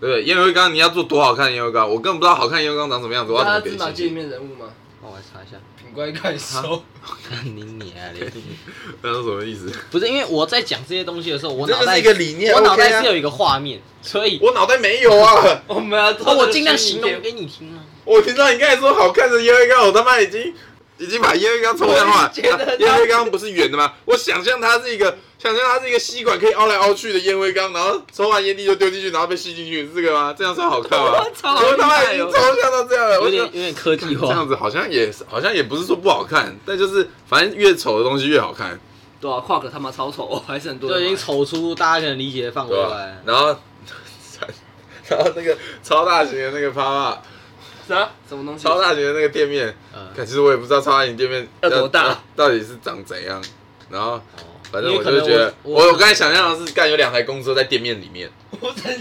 S2: 对不对？烟灰缸你要做多好看的烟灰缸，我根本不知道好看的烟灰缸长什么样子，我要怎
S3: 大
S2: 么给
S3: 家啊芝麻街里
S2: 星？
S3: 面人物吗？
S1: 帮我来查一下，
S3: 品乖怪兽，
S1: 啊看你你啊，你
S2: 那是什么意思？
S1: 不是因为我在讲这些东西的时候，我
S2: 这
S1: 脑
S2: 就是
S1: 袋
S2: 一个理念
S1: 我脑袋
S2: OK 啊
S1: 是有一个画面，所以
S2: 我脑袋没有啊！
S3: 我们要做
S1: 哦
S3: 这
S1: 我
S3: 个
S1: 尽量
S3: 虚拟
S1: 形
S3: 贴
S1: 容给你听啊。
S2: 我听到你刚才说好看的烟灰缸，我他妈已经已经把烟灰缸抽象化
S3: 我也觉得
S2: 了。啊
S3: 它
S2: 烟灰缸不是圆的吗？我想象它是一个，想象它是一个吸管可以凹来凹去的烟灰缸，然后抽完烟蒂就丢进去，然后被吸进去，是这个吗？这样算好看吗？
S3: 超
S2: 我他妈已
S3: 厉害
S2: 经
S3: 哦
S2: 抽象到这样了，
S1: 有
S2: 我
S1: 点
S2: 就
S1: 有点科技
S2: 这样
S1: 化。
S2: 子好像也是好像也不是说不好看，但就是反正越丑的东西越好看。
S4: 对啊，跨可他妈超丑， 还是很多
S1: 就
S4: 人
S1: 已
S4: 买。
S1: 经丑出大家可能理解的范围
S2: 对啊吧
S1: 外？。
S2: 然后， 然后那个超大型的那个啪啪，
S4: 啥？ 什么东西？
S2: 超大型的那个店面，
S1: 嗯
S2: 可其实我也不知道超大型店面
S4: 要多大
S2: 要到底是长怎样。然后，
S1: 哦
S2: 反正
S1: 因
S2: 我
S1: 为可
S2: 就
S1: 能
S2: 觉得，
S1: 我
S2: 我我刚才想象的是，干有两台公车在店面里面。
S3: 我真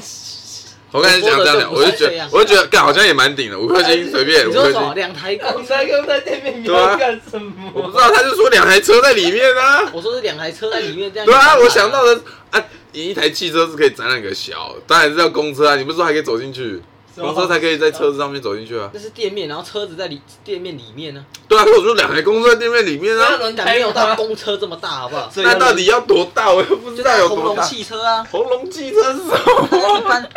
S2: 我刚才想这样讲，我就觉
S1: 这
S2: 得
S1: 样，
S2: 我就觉得干好像也蛮顶的，五块钱随便，
S1: 你
S2: 五
S1: 说
S2: 块
S1: 什么
S2: 钱。
S1: 两台公
S3: 刚
S1: 车？
S3: 才刚在店面你
S2: 对啊
S3: 要干什
S2: 我不
S3: 么？
S2: 知道，他就说两台车在里面啊。
S1: 我说是两台车在里面这样。
S2: 对啊，
S1: 你
S2: 我
S1: 干
S2: 想
S1: 嘛
S2: 到的啊，你一台汽车是可以展览个小，当然是要公车啊，你不是说还可以走进去，公车才可以在车子上面走进去啊。
S1: 那是店面，然后车子在里店面里面呢，
S2: 对啊，可我说两台公车在店面里面
S3: 那
S2: 啊，
S3: 轮
S1: 但
S3: 胎
S1: 没有
S3: 吗
S1: 到 公车这么大，好不好？
S3: 所以
S2: 那
S3: 要
S2: 到底要多大？我又不知
S1: 就
S2: 道
S1: 在
S2: 有
S1: 红
S2: 多
S1: 龙
S2: 大。
S1: 汽车啊，
S2: 红龙汽车是什么？
S1: 一般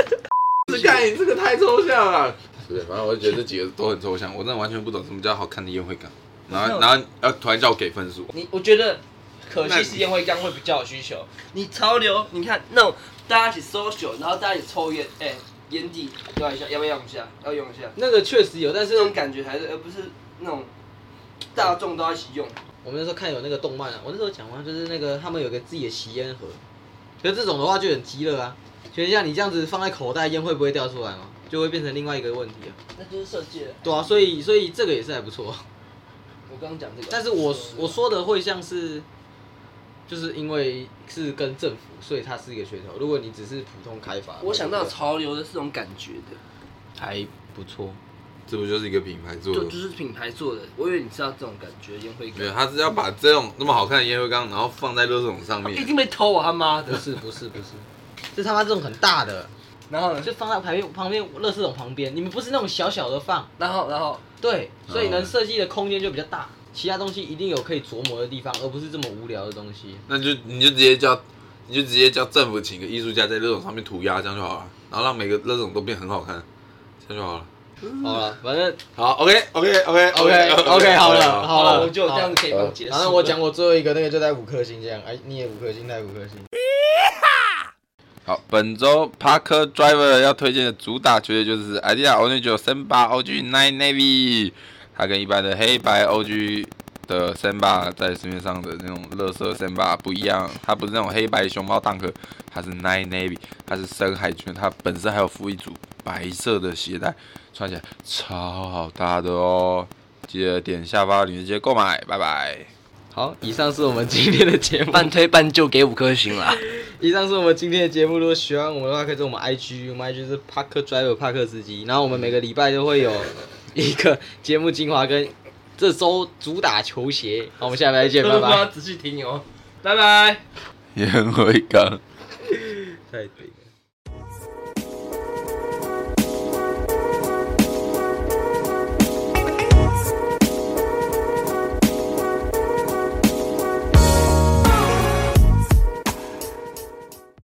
S2: 这看你这个太抽象了。对，反正我就觉得这几个都很抽象，我真的完全不懂什么叫好看的宴会感。然后，然后要突然叫我给分数，
S3: 你我觉得可
S2: 那
S3: 惜是烟灰缸会比较有需求。你潮流，你看那种大家一起 social，然后大家一起抽烟，哎、烟蒂用一下，要不要用一下？要用一下，
S1: 那个确实有，但是
S3: 这种感觉还是而不是那种大众都要一起用。
S1: 我们那时候看有那个动漫啊，我那时候讲完就是那个他们有个自己的吸烟盒，可是这种的话就很急了啊，所以像你这样子放在口袋，烟会不会掉出来嘛？就会变成另外一个问题啊。
S3: 那就是设计了。
S1: 对啊，所以所以这个也是还不错，
S3: 我刚刚讲这个，
S1: 但是我
S4: 啊
S1: 我说的会像是，就是因为是跟政府，所以它是一个噱头。如果你只是普通开发，
S4: 我想到
S1: 会不会
S4: 潮流的是这种感觉的，
S1: 还不错，
S2: 这不就是一个品牌做
S4: 就
S2: 的
S4: 就？是品牌做的。我以为你知道这种感觉，烟灰
S2: 没有，
S4: 缸
S2: 他是要把这种那么好看的烟灰缸，然后放在垃圾桶上
S4: 一
S2: 面。
S4: 定被偷啊他妈
S1: 不
S4: 的！
S1: 是不是不是，是他妈这种很大的，
S3: 然后呢？
S1: 就放在旁边旁边垃圾桶旁边，你们不是那种小小的放，
S3: 然后然后
S1: 对，所以
S2: 哦
S1: 能设计的空间就比较大，其他东西一定有可以琢磨的地方，而不是这么无聊的东西。
S2: 那就你就直接叫，你就直接叫政府请个艺术家在垃圾桶上面涂鸦，这样就好了，然后让每个垃圾桶都变很好看，这样就好了。
S1: 好了，反正
S2: 好，OK OK OK
S1: OK OK 好了好了，
S3: 我就这样子可以帮结束。
S1: 反正我讲我最后一个那个就带五颗星这样，哎，你也五颗星，带五颗星。
S2: 好，本周 Parker Driver 要推荐的主打球队就是 Idea Orange 森巴 OG Nine Navy，它跟一般的黑白 OG 的森巴在市面上的那种乐色森巴不一样，它不是那种黑白熊猫蛋壳，它是 Nine Navy，它是深海圈，它本身还有附一组白色的鞋带，穿起来超好搭的哦。记得点下方链接购买，拜拜。
S1: 好，以上是我们今天的节目。
S4: 半推半就给五颗星 啦。
S1: 以上是我们今天的节目。如果喜欢我们的话，可以在我们 IG，我们 IG 是 Parker Driver 帕克司机。然后我们每个礼拜都会有一个节目精华跟这周主打球鞋。好，我们下礼拜见，拜
S3: 大家
S1: 拜。
S3: 仔细听哦，拜拜。
S2: 烟灰缸。
S1: 太对。